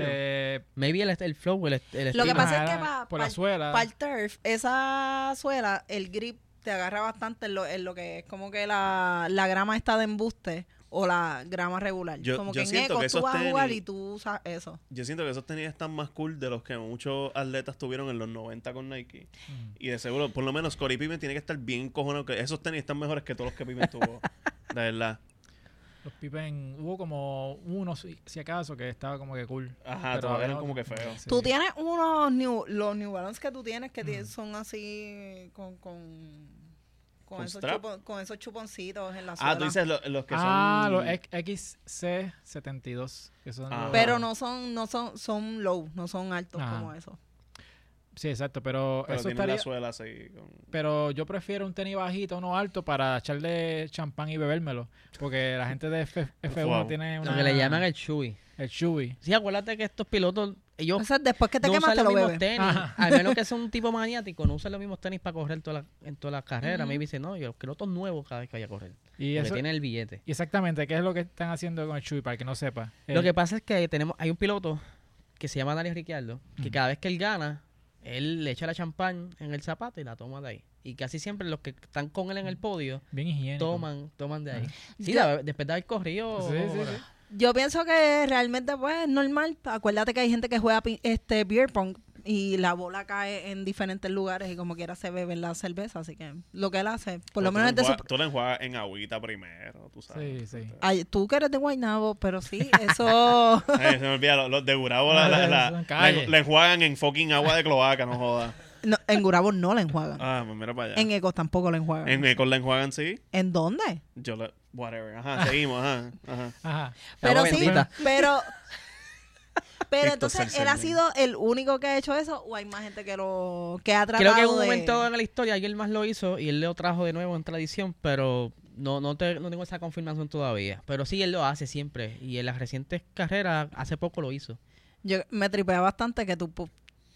Speaker 1: Este,
Speaker 3: Maybe el, el flow, el, el
Speaker 4: Lo que
Speaker 3: estilo.
Speaker 4: pasa es
Speaker 1: ajá,
Speaker 4: que pa-
Speaker 1: por
Speaker 4: pa-
Speaker 1: la suela.
Speaker 4: Para el turf, esa suela, el grip te agarra bastante en lo, en lo que es como que la, la grama está de embuste o la grama regular.
Speaker 2: Yo-
Speaker 4: como
Speaker 2: yo
Speaker 4: que en
Speaker 2: siento
Speaker 4: eco
Speaker 2: que
Speaker 4: tú
Speaker 2: esos
Speaker 4: vas a jugar
Speaker 2: tenis-
Speaker 4: y tú usas eso.
Speaker 2: Yo siento que esos tenis están más cool de los que muchos atletas tuvieron en los 90 con Nike.
Speaker 1: Mm.
Speaker 2: Y de seguro, por lo menos Corey Pippen tiene que estar bien cojonado. Que esos tenis están mejores que todos los que Pippen tuvo.
Speaker 1: (laughs)
Speaker 2: De verdad.
Speaker 1: Los Pippen, hubo como uno, si, si acaso, que estaba como que cool.
Speaker 2: Ajá,
Speaker 1: Pero
Speaker 2: Ah, todavía
Speaker 1: había
Speaker 2: eran como que
Speaker 1: otros.
Speaker 2: feos.
Speaker 1: Sí.
Speaker 4: Tú tienes unos new, los New Balance que tú tienes que ti-
Speaker 1: Mm.
Speaker 4: son así con, con, con,
Speaker 2: Con
Speaker 4: esos
Speaker 2: strap.
Speaker 4: chupo- con esos chuponcitos en la suela.
Speaker 2: Ah, tú dices lo- los que son.
Speaker 1: Ah, los X- XC72. Que son
Speaker 2: Ah.
Speaker 1: los-
Speaker 4: pero no son, no son, son low, no son altos
Speaker 1: Ajá.
Speaker 4: como esos.
Speaker 1: Sí, exacto, pero,
Speaker 2: Pero
Speaker 1: eso
Speaker 2: tienen
Speaker 1: estaría...
Speaker 2: la suela así. Con...
Speaker 1: Pero yo prefiero un tenis bajito, uno alto, para echarle champán y bebérmelo. Porque la gente de
Speaker 2: (laughs)
Speaker 1: F- F1
Speaker 2: Wow.
Speaker 1: tiene una...
Speaker 3: Lo que le llaman el Chewy.
Speaker 1: el Chewy.
Speaker 3: Sí, acuérdate que estos pilotos, ellos
Speaker 4: O sea, después que te
Speaker 3: no
Speaker 4: quemas
Speaker 3: usan
Speaker 4: te
Speaker 3: los
Speaker 4: lo
Speaker 3: mismos
Speaker 4: bebes.
Speaker 3: tenis.
Speaker 1: Ajá.
Speaker 3: Al menos que sea un tipo maniático, no usan los mismos tenis para correr toda la- en todas las carreras.
Speaker 4: Ujú.
Speaker 3: Me dice, no, yo los pilotos nuevos cada vez que vaya a correr.
Speaker 1: Y
Speaker 3: Porque
Speaker 1: eso...
Speaker 3: tienen el billete.
Speaker 1: y Exactamente, ¿qué es lo que están haciendo con el Chewy? Para el que no sepa. Eh,
Speaker 3: Lo
Speaker 1: El-
Speaker 3: que pasa es que tenemos, hay un piloto que se llama Daniel Ricciardo, que
Speaker 1: Ujú.
Speaker 3: cada vez que él gana, él le echa la champán en el zapato y la toma de ahí. Y casi siempre los que están con él en el podio
Speaker 1: Bien higiénico.
Speaker 3: toman, toman de ahí. Sí,
Speaker 4: Yo-
Speaker 3: la- después de haber corrido.
Speaker 1: Sí, sí,
Speaker 2: Oh.
Speaker 1: sí.
Speaker 4: Yo pienso que realmente pues es normal. Acuérdate que hay gente que juega pi- este beer pong y la bola cae en diferentes lugares y como quiera se bebe la cerveza, así que lo que él hace, por
Speaker 2: Pues
Speaker 4: lo
Speaker 2: Tú
Speaker 4: menos es
Speaker 2: la
Speaker 4: de su...
Speaker 2: enjuagas- Tú la enjuagas en agüita primero, tú sabes. Este,
Speaker 1: Sí, sí.
Speaker 4: Ay, tú que eres de Guaynabo, pero sí,
Speaker 2: (laughs)
Speaker 4: eso... (laughs)
Speaker 2: Ay, eh, se me olvida, los, los de Gurabo la,
Speaker 1: (laughs)
Speaker 2: la, la-
Speaker 1: Eso en
Speaker 2: la-
Speaker 1: calle.
Speaker 2: la enjuagan en fucking agua de cloaca, no jodas.
Speaker 4: no, en Gurabo no la enjuagan.
Speaker 2: Ah, pues mira para allá.
Speaker 4: En
Speaker 2: En, E-,
Speaker 4: Eco tampoco la enjuagan. ¿En,
Speaker 2: Ecos la enjuagan, sí.
Speaker 4: dónde?
Speaker 2: Yo la. Whatever.
Speaker 4: Ah.
Speaker 2: Ajá, seguimos, ajá. ajá.
Speaker 1: Ajá.
Speaker 4: Pero sí,
Speaker 3: bendita.
Speaker 4: pero...
Speaker 2: (laughs)
Speaker 4: Pero
Speaker 2: Esto
Speaker 4: entonces,
Speaker 2: es el
Speaker 4: ¿él ha
Speaker 2: sermón.
Speaker 4: sido el único que ha hecho eso o hay más gente que lo que ha tratado
Speaker 3: Creo que en un
Speaker 4: de-
Speaker 3: momento en la historia alguien más lo hizo y él lo trajo de nuevo en tradición, pero no, no, te- no tengo esa confirmación todavía. Pero sí, él lo hace siempre. Y en las recientes carreras, hace poco lo hizo.
Speaker 4: Yo me tripea bastante que tú pu-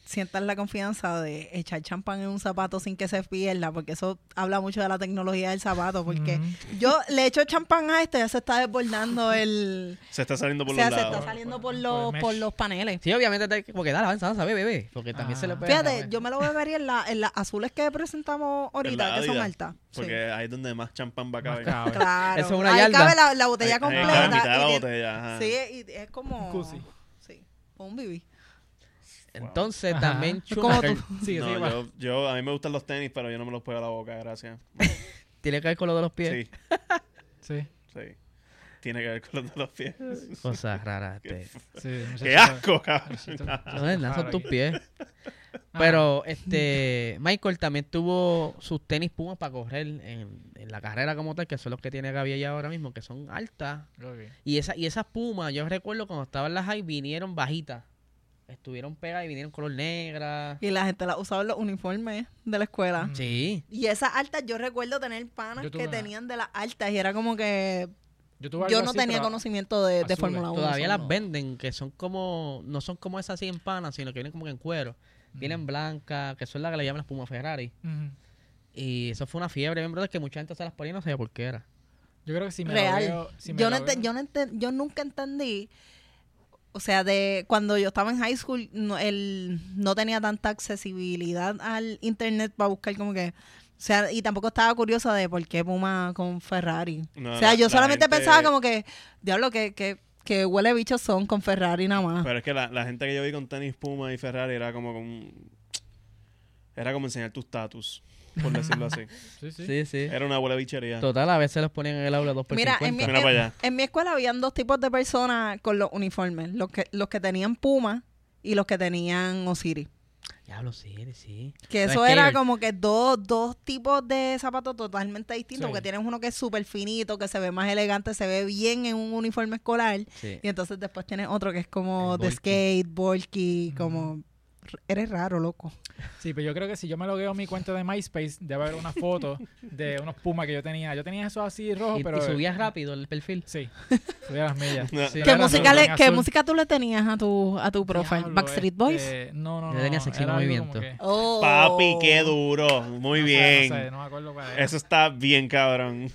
Speaker 4: sientas la confianza de echar champán en un zapato sin que se pierda, porque eso habla mucho de la tecnología del zapato, porque
Speaker 1: Ujú.
Speaker 4: yo le echo champán a este, ya se está desbordando el...
Speaker 2: Se está saliendo
Speaker 4: O
Speaker 2: por
Speaker 4: sea,
Speaker 2: los
Speaker 4: se está
Speaker 2: lados.
Speaker 4: saliendo
Speaker 1: Por- por
Speaker 4: por los,
Speaker 1: mesh.
Speaker 4: por los paneles.
Speaker 3: Sí, obviamente, te- porque dale, avanza, avanza, bebé, bebé. Porque también se le
Speaker 1: Ah.
Speaker 3: puede.
Speaker 4: Fíjate, yo me lo bebería en, la, en las azules que presentamos
Speaker 2: En
Speaker 4: ahorita,
Speaker 2: la
Speaker 4: que son
Speaker 2: Adidas,
Speaker 4: altas. Sí.
Speaker 2: Porque ahí es donde más champán va a
Speaker 1: Más
Speaker 2: caber.
Speaker 1: cabe.
Speaker 4: Claro.
Speaker 3: Eso es una
Speaker 4: Ahí
Speaker 3: yarda.
Speaker 4: cabe la, la
Speaker 2: Ahí-
Speaker 4: botella
Speaker 2: ahí cabe
Speaker 4: completa.
Speaker 2: la mitad de la
Speaker 4: y tiene-
Speaker 2: botella, ajá.
Speaker 4: Sí, y es como...
Speaker 1: Un cusi.
Speaker 4: Sí, un bibi.
Speaker 3: Entonces,
Speaker 1: Ajá.
Speaker 3: también
Speaker 4: Es como
Speaker 3: Schumacher
Speaker 1: (laughs)
Speaker 4: tú.
Speaker 1: Sigue,
Speaker 2: no,
Speaker 1: sigue, va.
Speaker 2: yo, yo, a mí me gustan los tenis, pero yo no me los puedo a la boca, gracias.
Speaker 3: tiene que ver con lo de los pies.
Speaker 2: Sí,
Speaker 1: Sí,
Speaker 2: sí. Tiene que ver con los de los
Speaker 1: (laughs)
Speaker 2: pies.
Speaker 3: Cosas raras. Este.
Speaker 1: sí. muchacho.
Speaker 2: ¡Qué asco, cabrón!
Speaker 1: Muchacho,
Speaker 3: No,
Speaker 1: muchacho,
Speaker 3: nada, son
Speaker 1: raro
Speaker 3: tus
Speaker 1: aquí.
Speaker 3: pies.
Speaker 1: Ah,
Speaker 3: Pero este Michael también tuvo sus tenis Pumas para correr en, en la carrera como tal, que son los que tiene Gaby allá ahora mismo, que son altas.
Speaker 1: Ah, ok.
Speaker 3: Y, esa, y esas Pumas, yo recuerdo cuando estaban las high, vinieron bajitas. Estuvieron pegadas y vinieron color negra.
Speaker 4: Y la gente la usaba en los uniformes de la escuela.
Speaker 1: Mm.
Speaker 3: Sí.
Speaker 4: Y esas altas, yo recuerdo tener panas
Speaker 1: Yo tuve
Speaker 4: que
Speaker 1: una-
Speaker 4: tenían de las altas y era como que
Speaker 1: Yo, tuve
Speaker 4: yo
Speaker 1: algo
Speaker 4: no
Speaker 1: así,
Speaker 4: tenía
Speaker 1: pero-
Speaker 4: conocimiento de, de
Speaker 1: azules.
Speaker 4: Fórmula 1.
Speaker 3: Todavía
Speaker 4: eso
Speaker 3: las
Speaker 4: no.
Speaker 3: venden, que son como, no son como esas así en pana, sino que vienen como que en cuero.
Speaker 4: Mm.
Speaker 3: Vienen blancas, que son las que le llaman las Pumas Ferrari.
Speaker 1: Ujú.
Speaker 3: Y eso fue una fiebre, bien, brother, que mucha gente se las ponía y no sabía por qué era.
Speaker 1: Yo creo que si me lo
Speaker 4: Real.
Speaker 1: veo- si me
Speaker 4: yo,
Speaker 1: lo
Speaker 4: no ente-
Speaker 1: veo-
Speaker 4: yo, no ente- yo nunca entendí. O sea, de cuando yo estaba en high school, no, el, no tenía tanta accesibilidad al internet para buscar como que, O sea, y tampoco estaba curiosa de por qué Puma con Ferrari.
Speaker 2: No,
Speaker 4: o sea,
Speaker 2: la-
Speaker 4: yo
Speaker 2: la
Speaker 4: solamente
Speaker 2: gente-
Speaker 4: pensaba como que, diablo, que, que, que huele bichos son con Ferrari nada más.
Speaker 2: Pero es que la, la gente que yo vi con tenis Puma y Ferrari era como con... Era como enseñar tu estatus, por decirlo así.
Speaker 1: (laughs) Sí, sí.
Speaker 3: Sí, sí.
Speaker 2: Era una buena bichería. (laughs)
Speaker 3: Total, a veces los ponían en el aula dos por
Speaker 4: Mira, en mi,
Speaker 3: 50.
Speaker 2: Mira para allá.
Speaker 4: en mi escuela habían dos tipos de personas con los uniformes. Los que, los que tenían Puma y los que tenían Osiris.
Speaker 3: Diablo, sí, sí.
Speaker 4: Que
Speaker 3: Los
Speaker 4: eso era
Speaker 3: skaters.
Speaker 4: como que dos, dos tipos de zapatos totalmente distintos.
Speaker 1: Sí.
Speaker 4: Porque tienes uno que es súper finito, que se ve más elegante, se ve bien en un uniforme escolar.
Speaker 3: Sí.
Speaker 4: Y entonces después tienes otro que es como
Speaker 3: El
Speaker 4: de
Speaker 3: bulky.
Speaker 4: skate, bulky,
Speaker 1: Mm.
Speaker 4: como... Eres raro, loco.
Speaker 1: Sí, pero yo creo que si yo me logueo en mi cuenta de MySpace, debe haber una foto de unos pumas que yo tenía. Yo tenía esos así rojos,
Speaker 3: Y,
Speaker 1: pero.
Speaker 3: y subías rápido el perfil.
Speaker 1: Sí, subía las millas.
Speaker 2: No,
Speaker 3: Sí.
Speaker 4: ¿Qué,
Speaker 1: Claro,
Speaker 4: música
Speaker 1: azul,
Speaker 4: le-
Speaker 1: en
Speaker 4: ¿qué
Speaker 1: azul.
Speaker 4: música tú le tenías a tu, a tu profile?
Speaker 1: Diablo,
Speaker 4: ¿Backstreet Boys?
Speaker 1: este, no, no, no.
Speaker 3: Yo tenía sexy
Speaker 1: era algo como
Speaker 3: movimiento.
Speaker 1: que-
Speaker 4: Oh.
Speaker 2: Papi, qué duro. Muy
Speaker 1: no sé,
Speaker 2: bien.
Speaker 1: no sé, no me acuerdo cuál era.
Speaker 2: Eso está bien, cabrón.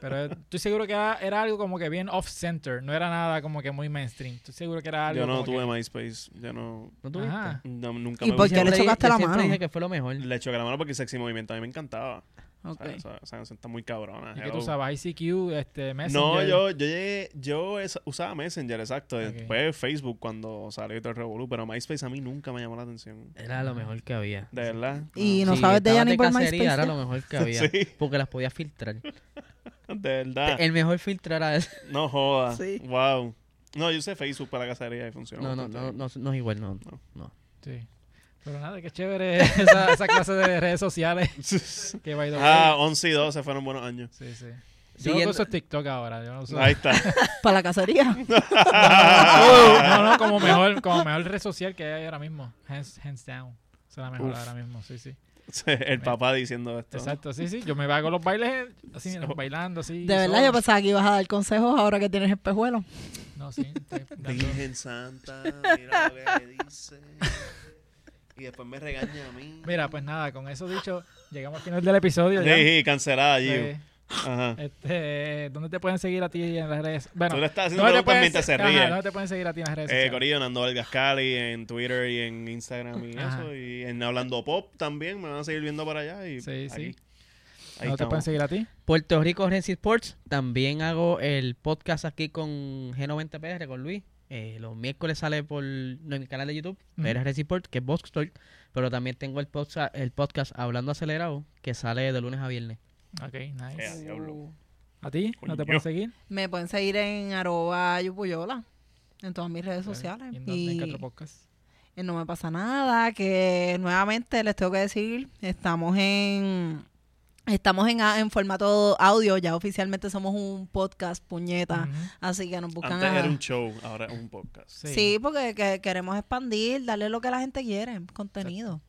Speaker 1: Pero estoy seguro que era, era algo como que bien off-center. No era nada como que muy mainstream. Estoy seguro que era algo.
Speaker 2: Yo no
Speaker 1: como
Speaker 2: tuve
Speaker 1: que-
Speaker 2: MySpace. Yo no,
Speaker 3: ¿No tuviste?
Speaker 1: Ajá.
Speaker 2: no- nunca
Speaker 4: ¿Y
Speaker 2: me
Speaker 4: por
Speaker 2: gustó.
Speaker 4: qué
Speaker 3: Siempre
Speaker 4: le
Speaker 3: di-
Speaker 4: chocaste
Speaker 3: yo
Speaker 4: la
Speaker 3: siempre
Speaker 4: mano?
Speaker 3: dije que fue lo mejor.
Speaker 2: Le choqué la mano porque sexy movimiento a mí me encantaba.
Speaker 4: Ok.
Speaker 2: ¿sabes? Esa- Esa canción está muy cabrona.
Speaker 1: ¿Y que
Speaker 2: hello.
Speaker 1: tú usabas? ICQ, este, Messenger.
Speaker 2: No, yo, yo llegué, yo es- usaba Messenger, exacto.
Speaker 1: Ok.
Speaker 2: Después Facebook cuando salió y todo el revolú, pero MySpace a mí nunca me llamó la atención.
Speaker 3: Era lo mejor que había.
Speaker 2: De verdad.
Speaker 4: Y
Speaker 2: No,
Speaker 4: no
Speaker 3: Sí,
Speaker 4: sabes de ella
Speaker 3: estabas
Speaker 4: ni por
Speaker 3: cacería,
Speaker 4: MySpace.
Speaker 3: Era lo mejor que había.
Speaker 2: Sí. Ah.
Speaker 3: Porque las podías filtrar.
Speaker 2: De verdad.
Speaker 3: El mejor filtro era ese.
Speaker 2: No joda.
Speaker 4: Eh, Sí.
Speaker 2: Wow. No, yo usé Facebook para la cacería y funcionó.
Speaker 3: No, no,
Speaker 2: bastante
Speaker 3: no,
Speaker 2: bien.
Speaker 3: no, no es igual, no.
Speaker 2: No.
Speaker 3: no.
Speaker 1: Sí. Pero nada, qué chévere (laughs) esa, esa clase de redes sociales
Speaker 2: (laughs)
Speaker 1: que va a ir
Speaker 2: Ah, 11 y 12 fueron buenos años.
Speaker 1: Sí, sí. Yo no
Speaker 3: Siguiendo-
Speaker 1: uso TikTok ahora. Yo no uso.
Speaker 2: Ahí está. (laughs)
Speaker 4: Para la (laughs) cacería.
Speaker 1: (laughs) No, no, como mejor, como mejor red social que hay ahora mismo. Hands, hands down. Esa es la mejor
Speaker 2: Uf.
Speaker 1: ahora mismo, sí, sí.
Speaker 2: El papá diciendo esto.
Speaker 1: Exacto, sí, sí. Yo me hago los bailes así, los bailando así.
Speaker 4: De verdad,
Speaker 1: solo.
Speaker 4: yo pensaba que ibas a dar consejos ahora que tienes espejuelo.
Speaker 1: No, sí.
Speaker 2: (laughs)
Speaker 1: estoy dando-
Speaker 2: Virgen Santa, mira lo que dice. Y después me regaña a mí.
Speaker 1: Mira, pues nada, con eso dicho, llegamos al final del episodio. ya.
Speaker 2: Sí, sí, cancelada, Gio.
Speaker 1: Eh,
Speaker 2: Ajá.
Speaker 1: Este, ¿Dónde te pueden seguir a ti en las redes? Bueno,
Speaker 2: Tú le estás haciendo
Speaker 1: ¿dónde te,
Speaker 2: preguntas
Speaker 1: pueden,
Speaker 2: mientras se
Speaker 1: ajá,
Speaker 2: ríe.
Speaker 1: ¿dónde te pueden seguir a ti en las redes?
Speaker 2: Eh,
Speaker 1: sociales?
Speaker 2: Corillo, Nando Vargas Cali en Twitter y en Instagram y
Speaker 1: Ajá.
Speaker 2: eso. Y en Hablando Pop también. Me van a seguir viendo para allá. Y
Speaker 1: Sí, sí.
Speaker 2: aquí. Ahí
Speaker 1: ¿Dónde te pueden
Speaker 2: estamos.
Speaker 1: seguir a ti?
Speaker 3: Puerto Rico Renzi Sports. También hago el podcast aquí con G90PR, con Luis. Eh, los miércoles sale por no, en mi canal de YouTube,
Speaker 1: Ujú.
Speaker 3: PR Renzi Sports, que es Box Talk. Pero también tengo el podcast, el podcast Hablando Acelerado, que sale de lunes a viernes.
Speaker 1: Mm, Ok,
Speaker 2: Eh,
Speaker 1: nice.
Speaker 2: diablo.
Speaker 1: ¿A ti? ¿No te
Speaker 2: Coño.
Speaker 1: pueden seguir?
Speaker 4: Me pueden seguir en arroba yupuyola en todas mis redes sociales.
Speaker 1: ¿Y en dónde? ¿En
Speaker 4: Y
Speaker 1: qué otro podcast?
Speaker 4: en No Me Pasa Nada, que nuevamente les tengo que decir, estamos en... Estamos en, a- en formato audio, ya oficialmente somos un podcast puñeta,
Speaker 1: Ujú.
Speaker 4: así que nos buscan
Speaker 2: Antes
Speaker 4: a-
Speaker 2: era un show, ahora es un
Speaker 1: (laughs)
Speaker 2: podcast.
Speaker 4: Sí, porque que- queremos expandir, darle lo que la gente quiere, contenido.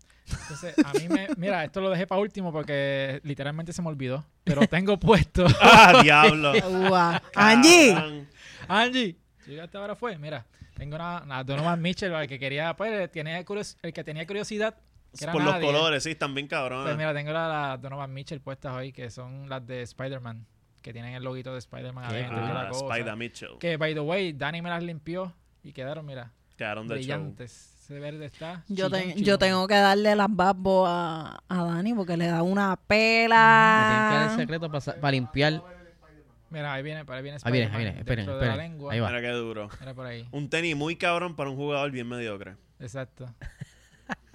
Speaker 1: Entonces, a mí me. Mira, esto lo dejé para último porque literalmente se me olvidó. Pero tengo
Speaker 2: (laughs)
Speaker 1: puesto.
Speaker 2: ¡Ah, diablo!
Speaker 4: Ua.
Speaker 2: Ah,
Speaker 4: Angie,
Speaker 2: Cabrón.
Speaker 1: Angie. Llegaste ahora fue. Mira, tengo una, una Donovan Mitchell, el que quería, pues, tenía curios- el que tenía curiosidad. que era
Speaker 2: Por
Speaker 1: nadie.
Speaker 2: los colores, sí, están bien cabrones.
Speaker 1: Pues mira, tengo las la Donovan Mitchell puestas hoy, que son las de Spider-Man, que tienen el loguito de Spider-Man
Speaker 3: Qué
Speaker 1: adentro. y toda la
Speaker 2: Ah,
Speaker 1: cosa.
Speaker 2: Spider Mitchell.
Speaker 1: Que, by the way, Danny me las limpió y quedaron, mira,
Speaker 2: Quedaron del show.
Speaker 1: brillantes. Ese verde está.
Speaker 4: yo,
Speaker 1: chillón,
Speaker 4: ten- yo
Speaker 1: chillón.
Speaker 4: tengo que darle las babos a, a Dani porque le da una
Speaker 3: Me tienen que dar
Speaker 4: pela.
Speaker 3: el secreto para limpiar.
Speaker 1: Mira, ahí viene, para ahí viene
Speaker 3: Ahí viene,
Speaker 1: Spider-Man.
Speaker 3: ahí viene. Esperen,
Speaker 1: dentro de la
Speaker 3: esperen.
Speaker 1: lengua.
Speaker 3: Ahí va.
Speaker 2: Mira qué duro.
Speaker 1: Era por ahí.
Speaker 2: Un tenis muy cabrón para un jugador bien
Speaker 4: (laughs)
Speaker 2: mediocre.
Speaker 1: Exacto.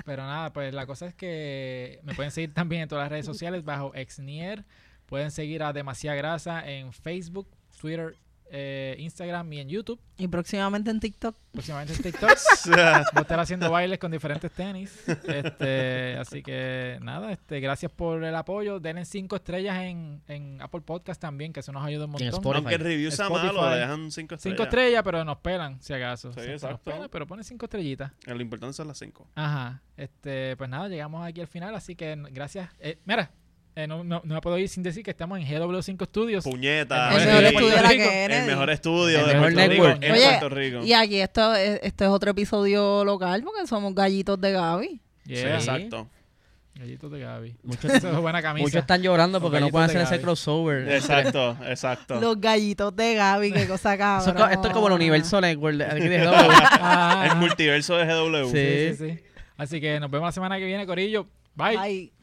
Speaker 1: Pero nada, pues la cosa es que me pueden seguir también en todas las redes sociales bajo Exnier. Pueden seguir a Demasiada Grasa en Facebook, Twitter, eh, Instagram y en YouTube.
Speaker 4: Y próximamente en TikTok.
Speaker 1: Próximamente en TikTok. Voy a estar haciendo bailes con diferentes tenis. Este, así que nada, este, gracias por el apoyo. Denle cinco estrellas en, en Apple Podcast también, que eso nos ayuda un
Speaker 3: Y en
Speaker 1: montón.
Speaker 3: Spotify.
Speaker 2: Aunque el review sea
Speaker 1: Spotify.
Speaker 2: malo, le dejan 5 estrellas.
Speaker 1: Cinco estrellas, pero nos pelan, si acaso.
Speaker 2: Sí,
Speaker 1: Exacto, Nos
Speaker 2: exacto.
Speaker 1: pelan, pero pone cinco estrellitas.
Speaker 2: Eh, Lo importante son las 5.
Speaker 1: Ajá. Este, pues nada, llegamos aquí al final, así que n- gracias. Eh, mira, eh, no, no, no me puedo ir sin decir que estamos en GW5 Studios.
Speaker 2: Puñeta.
Speaker 1: El
Speaker 4: El
Speaker 1: Sí. mejor
Speaker 4: mejor estudio de la
Speaker 1: Rico,
Speaker 4: que eres.
Speaker 2: El Ah, mejor estudio
Speaker 3: El
Speaker 2: de
Speaker 3: mejor
Speaker 2: Puerto Rico
Speaker 3: network.
Speaker 2: en
Speaker 4: Oye,
Speaker 2: Puerto Rico.
Speaker 4: Y aquí esto, es- esto es otro episodio local porque somos gallitos de Gaby.
Speaker 2: Sí,
Speaker 1: Yeah.
Speaker 2: exacto.
Speaker 1: Gallito de Gaby.
Speaker 3: Muchos, (laughs)
Speaker 1: Eso es buena camisa. (laughs)
Speaker 3: muchos están llorando
Speaker 1: Los
Speaker 3: porque no
Speaker 1: gallitos
Speaker 3: pueden
Speaker 1: de
Speaker 3: hacer ese
Speaker 1: Gaby.
Speaker 3: crossover.
Speaker 2: Exacto,
Speaker 4: (laughs)
Speaker 2: exacto.
Speaker 4: Los gallitos de Gaby, qué cosa
Speaker 3: Eso es
Speaker 4: cabrón.
Speaker 3: co- esto es como el universo Network.
Speaker 1: (laughs)
Speaker 3: aquí de GW.
Speaker 1: Ajá,
Speaker 2: El
Speaker 1: ajá.
Speaker 2: multiverso de GW.
Speaker 3: Sí.
Speaker 1: Sí, sí, sí. Así que nos vemos la semana que viene, Corillo. Bye.
Speaker 4: Ay.